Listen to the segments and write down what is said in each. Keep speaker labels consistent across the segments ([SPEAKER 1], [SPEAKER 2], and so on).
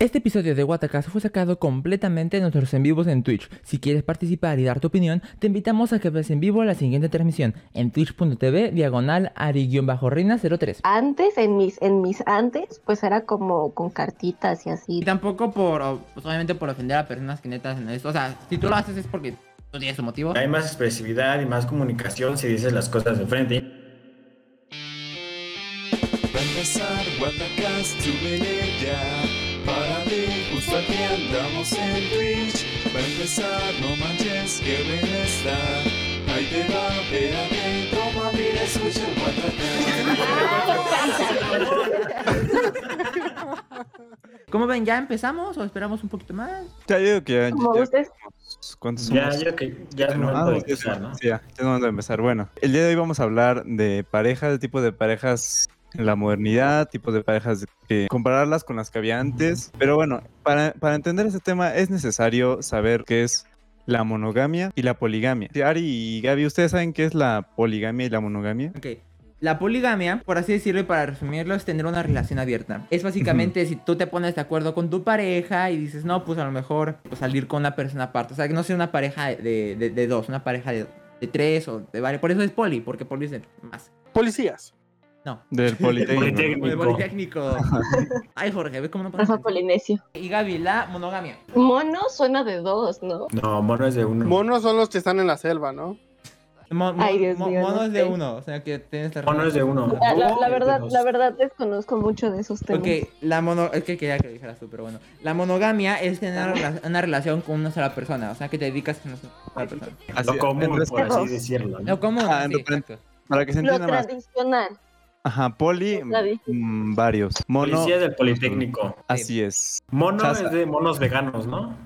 [SPEAKER 1] Este episodio de Watacaso fue sacado completamente de nuestros en vivos en Twitch. Si quieres participar y dar tu opinión, te invitamos a que veas en vivo la siguiente transmisión en twitch.tv diagonal ari-reina03.
[SPEAKER 2] Antes, en mis, en mis antes, pues era como con cartitas y así.
[SPEAKER 1] Y tampoco por, o- pues, obviamente por ofender a personas que netas no es. O sea, si tú lo haces es porque tú tienes su motivo.
[SPEAKER 3] Hay más expresividad y más comunicación si dices las cosas de frente.
[SPEAKER 4] Va a empezar Guatacast, súbele ya Para ti, justo aquí andamos en Twitch Va a empezar, no manches, que bien está Ahí te va, espérate, toma, mira, escucha el Guatacast
[SPEAKER 1] ¿Cómo ven? ¿Ya empezamos o esperamos un poquito más?
[SPEAKER 5] Ya, yo digo que ya.
[SPEAKER 2] Como
[SPEAKER 5] ya-
[SPEAKER 2] ustedes,
[SPEAKER 5] ¿Cuántos
[SPEAKER 3] Ya,
[SPEAKER 5] somos?
[SPEAKER 3] ya, que- ya es
[SPEAKER 5] Ah,
[SPEAKER 3] momento de
[SPEAKER 5] ya es-
[SPEAKER 3] empezar, ¿no?
[SPEAKER 5] sí, ya, ya es momento de empezar. Bueno, el día de hoy vamos a hablar de parejas, de tipo de parejas en la modernidad, tipo de parejas que compararlas con las que había antes. Pero bueno, para, para entender este tema es necesario saber qué es la monogamia y la poligamia. Sí, Ari y Gaby, ¿ustedes saben qué es la poligamia y la monogamia?
[SPEAKER 1] Ok. La poligamia, por así decirlo y para resumirlo, es tener una relación abierta. Es básicamente si tú te pones de acuerdo con tu pareja y dices, no, pues a lo mejor pues, salir con una persona aparte. O sea, que no sea una pareja de, de- de dos, una pareja de, de tres o de varios. Por eso es poli, porque poli es de más.
[SPEAKER 6] Policías.
[SPEAKER 1] No.
[SPEAKER 5] Del Politécnico.
[SPEAKER 3] Politécnico.
[SPEAKER 1] Poli-
[SPEAKER 3] Técnico.
[SPEAKER 1] Politécnico. Ay, Jorge, ve cómo no
[SPEAKER 2] Rafa
[SPEAKER 1] pasa.
[SPEAKER 2] Polinesio.
[SPEAKER 1] Y Gaby, la monogamia.
[SPEAKER 2] Mono suena de dos, ¿no?
[SPEAKER 3] No, mono es de uno.
[SPEAKER 6] Monos son los que están en la selva, ¿no?
[SPEAKER 1] Mo- mo-
[SPEAKER 2] Ay, Dios
[SPEAKER 1] mo-
[SPEAKER 2] mío,
[SPEAKER 1] mono
[SPEAKER 2] no
[SPEAKER 1] es de
[SPEAKER 2] sé.
[SPEAKER 1] uno, o sea que tienes la
[SPEAKER 3] Mono es de uno.
[SPEAKER 2] La, la- la
[SPEAKER 3] Oh,
[SPEAKER 2] verdad,
[SPEAKER 3] Dios.
[SPEAKER 2] la verdad desconozco mucho de esos temas.
[SPEAKER 1] Ok, la mono... Es que quería que lo dijeras tú, pero bueno. La monogamia es tener rela- una relación con una sola persona. O sea, que te dedicas a una sola persona.
[SPEAKER 5] Así-
[SPEAKER 3] Lo común,
[SPEAKER 5] entonces,
[SPEAKER 3] por así decirlo. ¿no?
[SPEAKER 1] Lo común,
[SPEAKER 5] Ah,
[SPEAKER 1] sí,
[SPEAKER 5] no, pero-
[SPEAKER 1] exacto.
[SPEAKER 5] para que se
[SPEAKER 2] Lo
[SPEAKER 5] entienda más.
[SPEAKER 2] tradicional.
[SPEAKER 5] Ajá, poli,
[SPEAKER 2] Lo tradicional.
[SPEAKER 5] mm, varios. Mono,
[SPEAKER 3] Policías del Politécnico.
[SPEAKER 5] así es.
[SPEAKER 3] Mono
[SPEAKER 5] Chaza.
[SPEAKER 3] es de monos veganos, ¿no?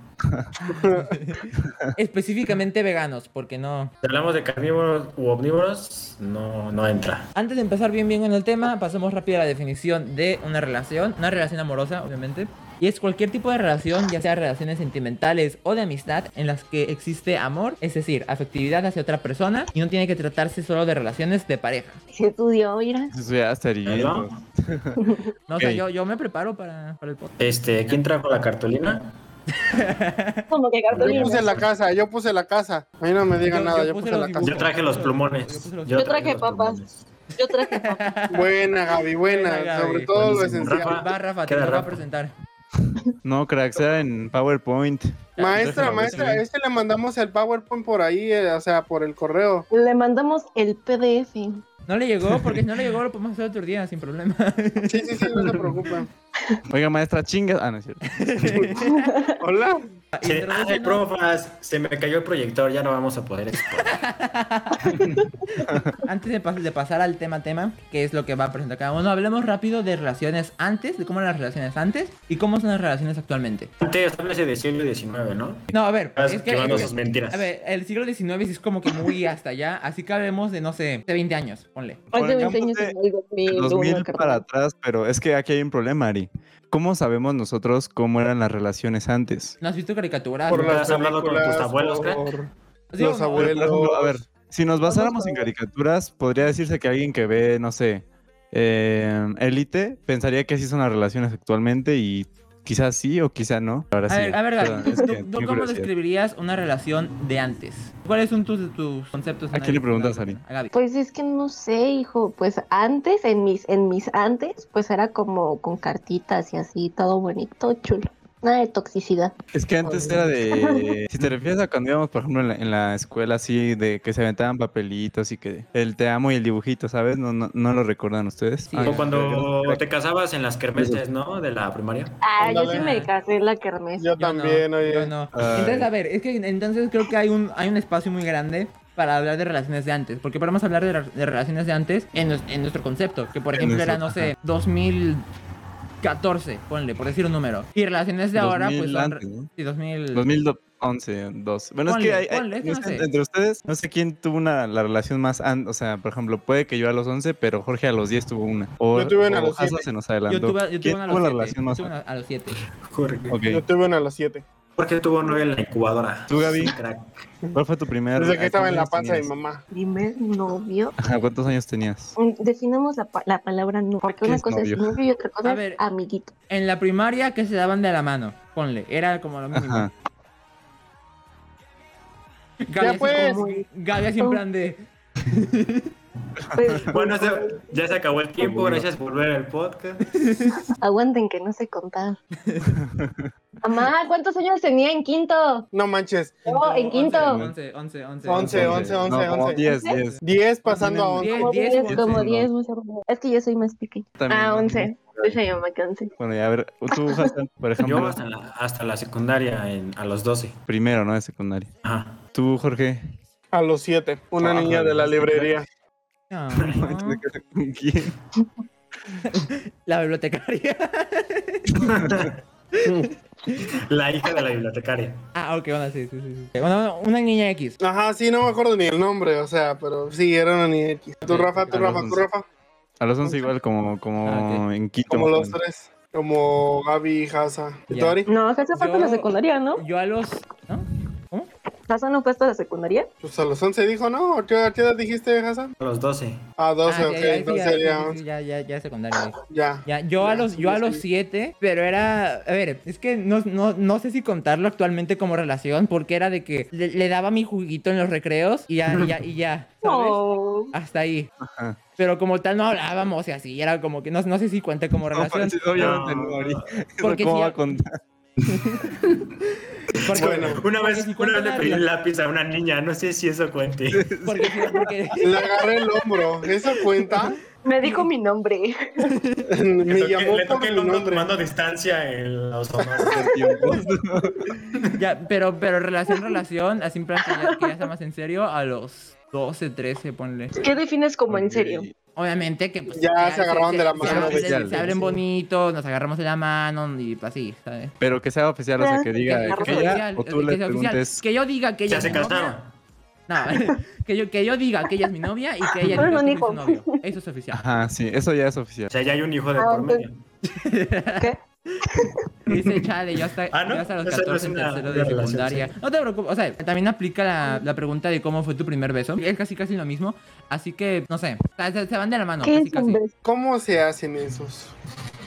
[SPEAKER 1] Específicamente veganos, porque no...
[SPEAKER 3] Si hablamos de carnívoros u omnívoros, no, no entra.
[SPEAKER 1] Antes de empezar bien bien con el tema, pasemos rápido a la definición de una relación. Una relación amorosa, obviamente. Y es cualquier tipo de relación, ya sea relaciones sentimentales o de amistad, en las que existe amor, es decir, afectividad hacia otra persona, y no tiene que tratarse solo de relaciones de pareja.
[SPEAKER 2] Se estudió, mira.
[SPEAKER 5] Eso ya está hiriendo.
[SPEAKER 3] ¿No?
[SPEAKER 1] No, o sea,
[SPEAKER 5] Ok.
[SPEAKER 1] yo, yo me preparo para, para el podcast.
[SPEAKER 3] Este, ¿quién trajo la cartolina?
[SPEAKER 2] Como que
[SPEAKER 6] Yo
[SPEAKER 2] cartulina.
[SPEAKER 6] puse la casa, yo puse la casa. A mí no me digan
[SPEAKER 1] Yo-
[SPEAKER 6] nada,
[SPEAKER 1] yo
[SPEAKER 6] yo,
[SPEAKER 1] puse
[SPEAKER 6] puse,
[SPEAKER 1] los
[SPEAKER 6] la
[SPEAKER 1] dibujos.
[SPEAKER 6] casa.
[SPEAKER 3] Yo traje los plumones.
[SPEAKER 2] Yo traje
[SPEAKER 3] los
[SPEAKER 2] papas.
[SPEAKER 3] plumones.
[SPEAKER 2] Yo traje papas.
[SPEAKER 6] Buena, Gaby, buena.
[SPEAKER 1] Buena, Gaby.
[SPEAKER 6] Sobre todo lo
[SPEAKER 3] Buenísimo.
[SPEAKER 6] esencial.
[SPEAKER 5] Ah,
[SPEAKER 3] Rafa,
[SPEAKER 1] Va, Rafa, te
[SPEAKER 3] queda
[SPEAKER 1] lo va a
[SPEAKER 3] Rafa.
[SPEAKER 1] presentar.
[SPEAKER 5] No, crack, sea en PowerPoint.
[SPEAKER 6] Maestra,
[SPEAKER 5] Déjalo,
[SPEAKER 6] maestra,
[SPEAKER 5] déjalo.
[SPEAKER 6] este le mandamos el PowerPoint por ahí, eh, o sea, por el correo.
[SPEAKER 2] Le mandamos el PDF.
[SPEAKER 1] No le llegó, porque si no le llegó lo podemos hacer otro día sin problema.
[SPEAKER 6] Sí, sí, sí, no se preocupen.
[SPEAKER 5] Oiga, maestra, chinga. Ah, no es cierto.
[SPEAKER 6] Hola.
[SPEAKER 3] Sí, Ay,
[SPEAKER 1] Introdúcenos.
[SPEAKER 3] profas, se me cayó el proyector, ya no vamos a poder exponer.
[SPEAKER 1] Antes de, pas- de pasar al tema tema, que es lo que va a presentar cada uno, hablemos rápido de relaciones antes, de cómo eran las relaciones antes y cómo son las relaciones actualmente.
[SPEAKER 3] Antes, háblese del siglo XIX, ¿no?
[SPEAKER 1] No, a
[SPEAKER 5] Ah,
[SPEAKER 1] ver,
[SPEAKER 3] Estás
[SPEAKER 1] es que,
[SPEAKER 3] llevando
[SPEAKER 1] es que-
[SPEAKER 3] sus mentiras.
[SPEAKER 1] a ver, el siglo XIX sí es como que muy hasta allá, así que hablemos de, no sé, de 20 años, ponle.
[SPEAKER 2] Hace 20
[SPEAKER 5] Pongamos
[SPEAKER 2] años en
[SPEAKER 5] de-
[SPEAKER 2] el 2001,
[SPEAKER 5] 2000
[SPEAKER 2] cartón.
[SPEAKER 5] para atrás, pero es que aquí hay un problema, Ari. ¿Cómo sabemos nosotros cómo eran las relaciones antes?
[SPEAKER 1] ¿No has visto caricaturas?
[SPEAKER 3] Por
[SPEAKER 1] no?
[SPEAKER 3] la- has hablado con tus
[SPEAKER 6] películas,
[SPEAKER 3] abuelos, crack?
[SPEAKER 6] por-
[SPEAKER 1] Sí,
[SPEAKER 6] los
[SPEAKER 1] no,
[SPEAKER 5] Por
[SPEAKER 6] abuelos.
[SPEAKER 5] ejemplo, a ver, si nos basáramos en caricaturas, podría decirse que alguien que ve, no sé, eh, Élite, pensaría que así son las relaciones actualmente y quizás sí o quizás no. Ahora
[SPEAKER 1] A
[SPEAKER 5] sí.
[SPEAKER 1] ver, a ver, Gaby,
[SPEAKER 5] perdón, es
[SPEAKER 1] ¿tú- ¿tú,
[SPEAKER 5] que tengo
[SPEAKER 1] cómo
[SPEAKER 5] curiosidad.
[SPEAKER 1] describirías una relación de antes? ¿Cuáles son tus, tus conceptos?
[SPEAKER 5] ¿A
[SPEAKER 1] en
[SPEAKER 5] quién le
[SPEAKER 1] la-
[SPEAKER 5] preguntas,
[SPEAKER 1] en
[SPEAKER 5] Ari?
[SPEAKER 1] la- A Gaby.
[SPEAKER 2] Pues es que no sé, hijo, pues antes, en mis, en mis antes, pues era como con cartitas y así, todo bonito, chulo. Nada de toxicidad.
[SPEAKER 5] Es que antes era de. Si te refieres a cuando íbamos, por ejemplo, en la, en la escuela, así, de que se aventaban papelitos y que el te amo y el dibujito, ¿sabes? No, no, no lo recuerdan ustedes.
[SPEAKER 6] Ah,
[SPEAKER 1] Sí.
[SPEAKER 3] O
[SPEAKER 1] Como
[SPEAKER 3] cuando te casabas en las kermeses, ¿no? De la primaria.
[SPEAKER 2] Ah, yo sí
[SPEAKER 6] Ándale.
[SPEAKER 2] me casé en la kermés.
[SPEAKER 6] Yo también,
[SPEAKER 1] no,
[SPEAKER 6] oye.
[SPEAKER 1] yo no.
[SPEAKER 5] Ay.
[SPEAKER 1] Entonces, a ver, es que entonces creo que hay un, hay un espacio muy grande para hablar de relaciones de antes. Porque podemos hablar de, re- de relaciones de antes en, nos- en nuestro concepto. Que por
[SPEAKER 5] En
[SPEAKER 1] ejemplo era, no
[SPEAKER 5] nuestro-
[SPEAKER 1] sé, 2014, ponle, por decir un número. Y relaciones de ahora, pues
[SPEAKER 5] 2000
[SPEAKER 1] son.
[SPEAKER 5] antes, ¿no?
[SPEAKER 1] Sí, 2000.
[SPEAKER 5] 2011, 12. Bueno,
[SPEAKER 1] Ponle,
[SPEAKER 5] es que hay, hay-
[SPEAKER 1] ponle, es que no
[SPEAKER 5] es que
[SPEAKER 1] sé.
[SPEAKER 5] entre ustedes, no sé quién tuvo una, la relación más. an- o sea, por ejemplo, puede que yo a los 11, pero Jorge a los 10 tuvo una. O,
[SPEAKER 6] Yo tuve una a
[SPEAKER 5] o
[SPEAKER 6] los
[SPEAKER 5] Haza
[SPEAKER 6] 7.
[SPEAKER 5] se nos
[SPEAKER 1] Yo
[SPEAKER 5] adelantó.
[SPEAKER 1] tuve, yo tuve
[SPEAKER 5] ¿Quién
[SPEAKER 1] una
[SPEAKER 5] tuvo la
[SPEAKER 1] a los
[SPEAKER 5] relación
[SPEAKER 1] 7.
[SPEAKER 5] más
[SPEAKER 1] a los siete.
[SPEAKER 3] Jorge.
[SPEAKER 5] an- Ok.
[SPEAKER 6] Yo tuve una a las 7.
[SPEAKER 3] Porque tuvo novia en la incubadora.
[SPEAKER 5] ¿Tú, Gaby?
[SPEAKER 3] Crack.
[SPEAKER 5] ¿Cuál fue tu primer
[SPEAKER 6] Desde que estaba en la
[SPEAKER 5] cuántos años
[SPEAKER 6] panza de mi
[SPEAKER 5] tenías?
[SPEAKER 6] mamá.
[SPEAKER 2] Primer novio.
[SPEAKER 5] Ajá, ¿cuántos años tenías?
[SPEAKER 2] Mm, Definamos la, pa- la palabra novio. Porque
[SPEAKER 5] ¿Qué
[SPEAKER 2] una
[SPEAKER 5] es
[SPEAKER 2] cosa es
[SPEAKER 5] novio?
[SPEAKER 2] novio y otra cosa
[SPEAKER 1] A
[SPEAKER 2] es
[SPEAKER 1] ver.
[SPEAKER 2] amiguito.
[SPEAKER 1] En la primaria que se daban de la mano, ponle, era como lo mismo.
[SPEAKER 5] Ajá.
[SPEAKER 1] Gaby, así
[SPEAKER 6] Ya, pues.
[SPEAKER 1] como- Gaby así en plan de...
[SPEAKER 2] Pues,
[SPEAKER 3] Bueno, se- ya se acabó el tiempo. Gracias por ver el podcast.
[SPEAKER 2] aguanten que no sé contar. Mamá, ¿cuántos años tenía en quinto?
[SPEAKER 6] No manches.
[SPEAKER 2] No, Oh, en quinto.
[SPEAKER 1] 11, 11, 11.
[SPEAKER 6] Once, once,
[SPEAKER 5] No,
[SPEAKER 6] once,
[SPEAKER 5] como
[SPEAKER 6] once.
[SPEAKER 5] 10, 10.
[SPEAKER 6] 10 pasando a 11.
[SPEAKER 1] Diez,
[SPEAKER 2] Como
[SPEAKER 1] diez,
[SPEAKER 2] 10,
[SPEAKER 1] once,
[SPEAKER 2] como
[SPEAKER 5] ¿no?
[SPEAKER 2] 10, mucho menos. Es que yo soy más pequeña.
[SPEAKER 5] También,
[SPEAKER 2] Ah,
[SPEAKER 5] ¿no?
[SPEAKER 2] 11. Dice mi mamá que 11.
[SPEAKER 5] Bueno, ya a ver, tú, Hassan, por
[SPEAKER 3] Yo
[SPEAKER 5] ejemplo,
[SPEAKER 3] hasta la, hasta la secundaria en- a los 12.
[SPEAKER 5] primero, ¿no? De secundaria.
[SPEAKER 3] Ajá.
[SPEAKER 5] Tú, Jorge.
[SPEAKER 6] A los 7. Una
[SPEAKER 5] Ah,
[SPEAKER 6] niña de la
[SPEAKER 5] sí.
[SPEAKER 6] librería.
[SPEAKER 1] No,
[SPEAKER 5] ¿Con quién?
[SPEAKER 1] la bibliotecaria.
[SPEAKER 3] La hija de la bibliotecaria.
[SPEAKER 1] Ah, ok, bueno, sí, sí, sí. sí. Bueno, Bueno, una niña X.
[SPEAKER 6] Ajá, sí, no me acuerdo ni el nombre, o sea, pero sí, era una niña X. Tú, Rafa, tú,
[SPEAKER 5] a los
[SPEAKER 6] Rafa, tú,
[SPEAKER 5] once.
[SPEAKER 6] Rafa.
[SPEAKER 5] A los 11 igual, como, como
[SPEAKER 1] Ah, ok.
[SPEAKER 5] en Quito.
[SPEAKER 6] Como
[SPEAKER 5] más o
[SPEAKER 6] los
[SPEAKER 5] menos.
[SPEAKER 6] tres. Como Gaby y Haza. ¿Y
[SPEAKER 1] Ya.
[SPEAKER 6] tú, Ari?
[SPEAKER 2] No, Haza fue hasta la
[SPEAKER 1] Yo-
[SPEAKER 2] secundaria, ¿no?
[SPEAKER 1] Yo a los... ¿No?
[SPEAKER 2] Haza no fue hasta la secundaria.
[SPEAKER 6] Pues a los 11 dijo, ¿no? ¿A qué a qué edad dijiste, Haza?
[SPEAKER 3] A los 12.
[SPEAKER 6] A 12,
[SPEAKER 1] Ah,
[SPEAKER 6] ok.
[SPEAKER 1] sí, ahí sí,
[SPEAKER 6] entonces
[SPEAKER 1] ahí sí,
[SPEAKER 6] sería
[SPEAKER 1] sí,
[SPEAKER 6] 11.
[SPEAKER 1] sí, ya, ya, ya secundaria.
[SPEAKER 6] Ya.
[SPEAKER 1] Ya, yo a
[SPEAKER 6] Ya,
[SPEAKER 1] los,
[SPEAKER 6] sí,
[SPEAKER 1] yo a
[SPEAKER 6] sí.
[SPEAKER 1] los siete, pero era, a ver, es que no, no, no sé si contarlo actualmente como relación, porque era de que le, le daba mi juguito en los recreos y ya, y ya, y ya, ¿sabes?
[SPEAKER 2] No.
[SPEAKER 1] Hasta ahí.
[SPEAKER 5] Ajá.
[SPEAKER 1] Pero como tal no hablábamos y así, era como que no, no sé si cuente como
[SPEAKER 5] No,
[SPEAKER 1] relación.
[SPEAKER 5] pues, obviamente no, Ari.
[SPEAKER 1] Porque
[SPEAKER 5] ¿Cómo
[SPEAKER 1] si
[SPEAKER 5] va
[SPEAKER 1] ya-
[SPEAKER 5] a contar?
[SPEAKER 1] porque,
[SPEAKER 6] Bueno.
[SPEAKER 3] Una
[SPEAKER 1] porque
[SPEAKER 3] vez,
[SPEAKER 1] si
[SPEAKER 3] una
[SPEAKER 1] cuenta
[SPEAKER 3] vez le
[SPEAKER 1] la
[SPEAKER 3] pedí un
[SPEAKER 1] rela-
[SPEAKER 3] lápiz a una niña. No sé si eso cuente.
[SPEAKER 1] porque si- porque-
[SPEAKER 6] Le agarré el hombro. ¿Eso cuenta?
[SPEAKER 2] Me dijo mi nombre.
[SPEAKER 6] Me
[SPEAKER 3] toqué-
[SPEAKER 6] llamó
[SPEAKER 3] le
[SPEAKER 6] por
[SPEAKER 3] toqué
[SPEAKER 6] mi
[SPEAKER 3] el hombro
[SPEAKER 6] nombre.
[SPEAKER 3] tomando distancia en los hombros.
[SPEAKER 1] ya, pero, pero relación, relación, así en plan que ya, que ya está más en serio, a los 12, 13, ponle.
[SPEAKER 2] ¿Qué defines como en serio?
[SPEAKER 1] Obviamente que pues,
[SPEAKER 6] Ya se agarraron de la
[SPEAKER 5] mano,
[SPEAKER 1] Se,
[SPEAKER 5] oficial,
[SPEAKER 1] se abren
[SPEAKER 5] sí.
[SPEAKER 1] bonito, nos agarramos de la mano y así, ¿sabes?
[SPEAKER 5] Pero que sea oficial, o sea, que diga
[SPEAKER 2] Que sea
[SPEAKER 5] que
[SPEAKER 1] Ah, oficial,
[SPEAKER 5] ella o tú
[SPEAKER 1] que
[SPEAKER 5] le
[SPEAKER 1] sea oficial.
[SPEAKER 5] preguntes.
[SPEAKER 1] Que yo diga que ella
[SPEAKER 3] Ya
[SPEAKER 1] es
[SPEAKER 3] se
[SPEAKER 1] mi novia.
[SPEAKER 3] casaron.
[SPEAKER 1] No, que yo, que yo diga que ella es mi novia y que ella
[SPEAKER 2] Pero
[SPEAKER 1] diga que
[SPEAKER 2] no
[SPEAKER 1] es
[SPEAKER 2] dijo.
[SPEAKER 1] su novio. Eso es oficial.
[SPEAKER 5] Ajá, sí, eso ya es oficial.
[SPEAKER 3] O sea, ya hay un hijo de
[SPEAKER 2] Ah,
[SPEAKER 3] por
[SPEAKER 2] entonces-
[SPEAKER 3] medio.
[SPEAKER 2] ¿Qué?
[SPEAKER 1] Dice, chale, yo hasta,
[SPEAKER 3] Ah, ¿no?
[SPEAKER 1] yo hasta los
[SPEAKER 3] Esa no es
[SPEAKER 1] 14 en
[SPEAKER 3] una-
[SPEAKER 1] tercero de
[SPEAKER 3] una relación,
[SPEAKER 1] secundaria. No te preocupes, o sea, también aplica la, la pregunta de cómo fue tu primer beso. Es casi casi lo mismo. Así que, no sé, o sea, se, se van de la mano,
[SPEAKER 2] ¿Qué
[SPEAKER 1] casi
[SPEAKER 2] es un
[SPEAKER 1] casi.
[SPEAKER 2] beso?
[SPEAKER 6] ¿Cómo se hacen esos?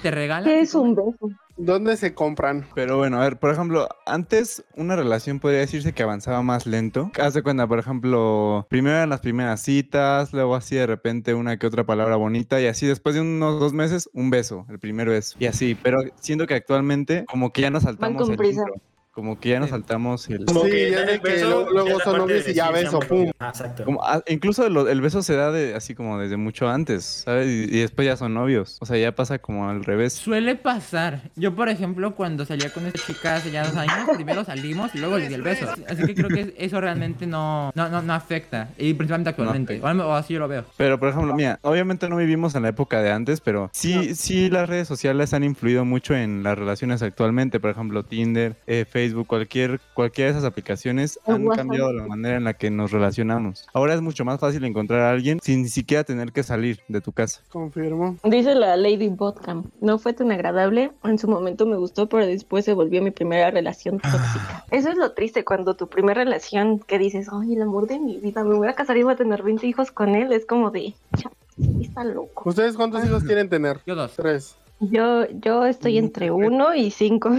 [SPEAKER 1] Te regalan.
[SPEAKER 2] ¿Qué es un beso?
[SPEAKER 6] ¿Dónde se compran?
[SPEAKER 5] Pero bueno, a ver, por ejemplo, antes una relación podría decirse que avanzaba más lento. Haz de cuenta, por ejemplo, primero eran las primeras citas, luego así de repente una que otra palabra bonita y así después de unos dos meses, un beso, el primero beso. Y así, pero siento que actualmente como que ya nos saltamos
[SPEAKER 2] con
[SPEAKER 5] el
[SPEAKER 2] prisa.
[SPEAKER 5] libro, Como que ya nos saltamos el...
[SPEAKER 6] Sí, ya
[SPEAKER 3] el
[SPEAKER 6] de que
[SPEAKER 3] beso
[SPEAKER 6] luego- luego
[SPEAKER 3] es la
[SPEAKER 6] son
[SPEAKER 3] parte
[SPEAKER 6] novios
[SPEAKER 3] de
[SPEAKER 6] y ya
[SPEAKER 3] decir,
[SPEAKER 6] beso,
[SPEAKER 3] seamos
[SPEAKER 6] pum.
[SPEAKER 3] novios. Ah, exacto.
[SPEAKER 5] Como, ah, incluso lo- el beso se da de, así como desde mucho antes, ¿sabes? Y, y después ya son novios. O sea, ya pasa como al revés.
[SPEAKER 1] Suele pasar. Yo, por ejemplo, cuando salía con esta chica hace ya dos años, primero salimos y luego le di el beso. Así que creo que eso realmente no, no, no, no afecta. Y principalmente actualmente. O al- o así yo lo veo.
[SPEAKER 5] Pero, por ejemplo, mira, obviamente no vivimos en la época de antes, pero sí, sí las redes sociales han influido mucho en las relaciones actualmente. Por ejemplo, Tinder, eh, Facebook, cualquier, cualquiera de esas aplicaciones
[SPEAKER 2] El
[SPEAKER 5] han
[SPEAKER 2] WhatsApp.
[SPEAKER 5] cambiado la manera en la que nos relacionamos. Ahora es mucho más fácil encontrar a alguien sin ni siquiera tener que salir de tu casa.
[SPEAKER 6] Confirmo.
[SPEAKER 2] Dice la Lady Botcam. No fue tan agradable. En su momento me gustó, pero después se volvió mi primera relación
[SPEAKER 1] Ah.
[SPEAKER 2] tóxica. Eso es lo triste cuando tu primera relación que dices, ay, el amor de mi vida, me voy a casar y voy a tener 20 hijos con él. Es como de, "Chale, está loco.
[SPEAKER 6] ¿Ustedes cuántos hijos quieren tener?
[SPEAKER 1] Yo dos.
[SPEAKER 6] Tres.
[SPEAKER 2] Yo, yo estoy entre uno y cinco.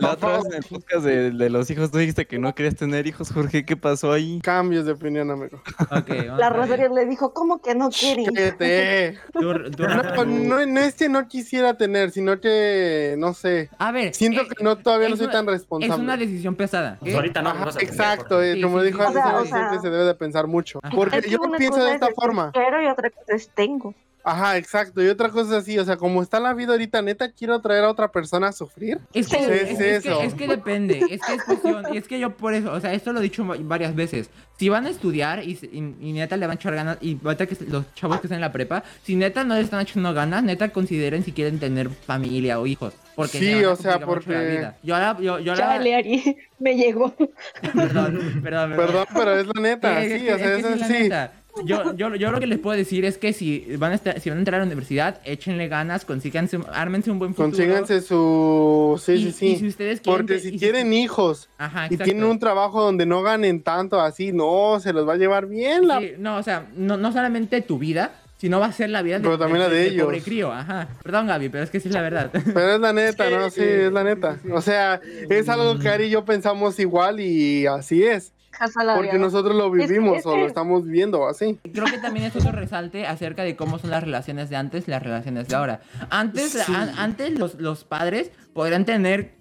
[SPEAKER 5] La otra vez en el podcast de, de los hijos tú dijiste que no querías tener hijos, Jorge. ¿Qué pasó ahí?
[SPEAKER 6] Cambios de opinión, amigo.
[SPEAKER 1] Ok. vamos
[SPEAKER 2] La
[SPEAKER 1] a ver.
[SPEAKER 2] Rosario le dijo, ¿cómo que no quieren?
[SPEAKER 6] Cállate.
[SPEAKER 1] Tú- tú-
[SPEAKER 6] No, pues, no, no es que no quisiera tener, sino que, no sé.
[SPEAKER 1] A ver.
[SPEAKER 6] Siento
[SPEAKER 1] eh,
[SPEAKER 6] que no, todavía no
[SPEAKER 1] es
[SPEAKER 6] soy
[SPEAKER 1] una-
[SPEAKER 6] tan
[SPEAKER 1] Es una
[SPEAKER 6] responsable.
[SPEAKER 1] decisión pesada. ¿ok?
[SPEAKER 3] Pues ahorita no
[SPEAKER 6] Ajá,
[SPEAKER 3] vamos a tener,
[SPEAKER 6] exacto,
[SPEAKER 3] porque-
[SPEAKER 6] eh,
[SPEAKER 1] Sí,
[SPEAKER 6] como
[SPEAKER 1] sí,
[SPEAKER 6] dijo
[SPEAKER 1] sí,
[SPEAKER 6] Alicia,
[SPEAKER 2] o sea, o
[SPEAKER 6] siempre
[SPEAKER 2] sea-
[SPEAKER 6] se debe de pensar mucho.
[SPEAKER 1] Ajá.
[SPEAKER 6] Porque
[SPEAKER 2] Es que
[SPEAKER 6] yo
[SPEAKER 2] una
[SPEAKER 6] pienso
[SPEAKER 2] cosa
[SPEAKER 6] de
[SPEAKER 2] es
[SPEAKER 6] esta
[SPEAKER 2] decir
[SPEAKER 6] forma.
[SPEAKER 2] Quiero y otra cosa es tengo.
[SPEAKER 6] Ajá, exacto. Y otra cosa es así, o sea, como está la vida ahorita, neta, quiero traer a otra persona a sufrir.
[SPEAKER 1] Es que,
[SPEAKER 2] Sí,
[SPEAKER 1] es,
[SPEAKER 6] es
[SPEAKER 1] es
[SPEAKER 6] eso.
[SPEAKER 1] que, es que depende, es que es cuestión, y es que yo por eso, o sea, esto lo he dicho va- varias veces, si van a estudiar y, se- y- y neta le van a echar ganas, y ahorita que se- los chavos que están en la prepa, si neta no le están echando ganas, neta consideren si quieren tener familia o hijos, porque
[SPEAKER 6] Sí,
[SPEAKER 1] le van a
[SPEAKER 6] o sea,
[SPEAKER 1] complicar mucho la
[SPEAKER 6] porque-
[SPEAKER 1] vida. Yo la, yo, yo la-
[SPEAKER 2] Chale, Ari, me llegó.
[SPEAKER 1] perdón, perdón, perdón.
[SPEAKER 6] Perdón, pero es la neta,
[SPEAKER 1] Sí,
[SPEAKER 6] sí,
[SPEAKER 1] es que-
[SPEAKER 6] o sea,
[SPEAKER 1] es que
[SPEAKER 6] es
[SPEAKER 1] sí, la
[SPEAKER 6] así.
[SPEAKER 1] neta. Yo, yo, yo lo que les puedo decir es que si van a estar, si van a entrar a la universidad, échenle ganas, consíganse, ármense un buen futuro.
[SPEAKER 6] Consíganse su... Sí,
[SPEAKER 1] Y-
[SPEAKER 6] sí,
[SPEAKER 1] y si
[SPEAKER 6] sí.
[SPEAKER 1] ustedes quieren
[SPEAKER 6] Porque
[SPEAKER 1] que- y
[SPEAKER 6] si quieren hijos
[SPEAKER 1] Ajá,
[SPEAKER 6] y
[SPEAKER 1] exacto.
[SPEAKER 6] tienen un trabajo donde no ganen tanto así, no, se los va a llevar bien la...
[SPEAKER 1] Sí, no, o sea, no, no solamente tu vida, sino va a ser la vida
[SPEAKER 6] Pero también la de ellos.
[SPEAKER 1] pobre crío, ajá. Perdón, Gaby, pero es que sí es la verdad.
[SPEAKER 6] Pero es la neta,
[SPEAKER 1] Sí,
[SPEAKER 6] ¿no? Sí,
[SPEAKER 1] sí,
[SPEAKER 6] es la neta. O sea, es algo que Ari y yo pensamos igual y así es.
[SPEAKER 2] Casa la
[SPEAKER 6] Porque
[SPEAKER 2] de-
[SPEAKER 6] nosotros lo
[SPEAKER 2] Es-
[SPEAKER 6] vivimos
[SPEAKER 2] es
[SPEAKER 6] o lo
[SPEAKER 2] que-
[SPEAKER 6] estamos viendo así.
[SPEAKER 1] Creo que también es otro resalte acerca de cómo son las relaciones de antes y las relaciones de ahora. Antes,
[SPEAKER 6] Sí.
[SPEAKER 1] an- antes los, los padres podrían tener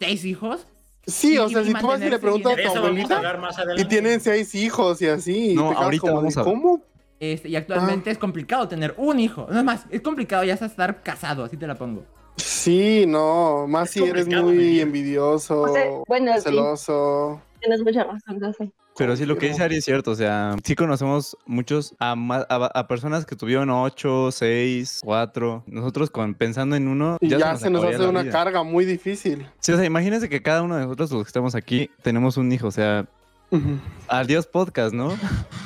[SPEAKER 1] seis hijos.
[SPEAKER 6] Sí,
[SPEAKER 1] Y-
[SPEAKER 6] o sea,
[SPEAKER 1] y
[SPEAKER 6] si tú vas y le
[SPEAKER 1] mantenerse
[SPEAKER 6] preguntas a
[SPEAKER 1] bien.
[SPEAKER 6] tu
[SPEAKER 3] Eso vamos a
[SPEAKER 6] abuelita
[SPEAKER 3] hablar más
[SPEAKER 6] y
[SPEAKER 3] adelante.
[SPEAKER 6] tienen seis hijos y así, y
[SPEAKER 5] No,
[SPEAKER 6] te quedas
[SPEAKER 5] ahorita
[SPEAKER 6] como de,
[SPEAKER 5] vamos a-
[SPEAKER 6] ¿cómo?
[SPEAKER 1] Este, y actualmente
[SPEAKER 6] Ah.
[SPEAKER 1] es complicado tener un hijo. No es más, es complicado ya hasta estar casado, así te la pongo.
[SPEAKER 6] Sí, no, más
[SPEAKER 3] Es
[SPEAKER 6] si eres
[SPEAKER 3] complicado,
[SPEAKER 6] muy
[SPEAKER 3] mi
[SPEAKER 6] envidioso,
[SPEAKER 2] O sea, bueno, sí,
[SPEAKER 6] celoso.
[SPEAKER 2] tienes mucha razón, yo sé.
[SPEAKER 5] Pero sí, lo que dice Ari es cierto, o sea, sí conocemos muchos a, ma- a, a personas que tuvieron 8, 6, 4. Nosotros con, pensando en uno,
[SPEAKER 6] Y ya, se nos
[SPEAKER 5] acabaría
[SPEAKER 6] hace
[SPEAKER 5] la
[SPEAKER 6] una
[SPEAKER 5] vida.
[SPEAKER 6] carga muy difícil.
[SPEAKER 5] Sí, o sea, imagínense que cada uno de nosotros los que estamos aquí tenemos un hijo, o sea, adiós podcast, ¿no?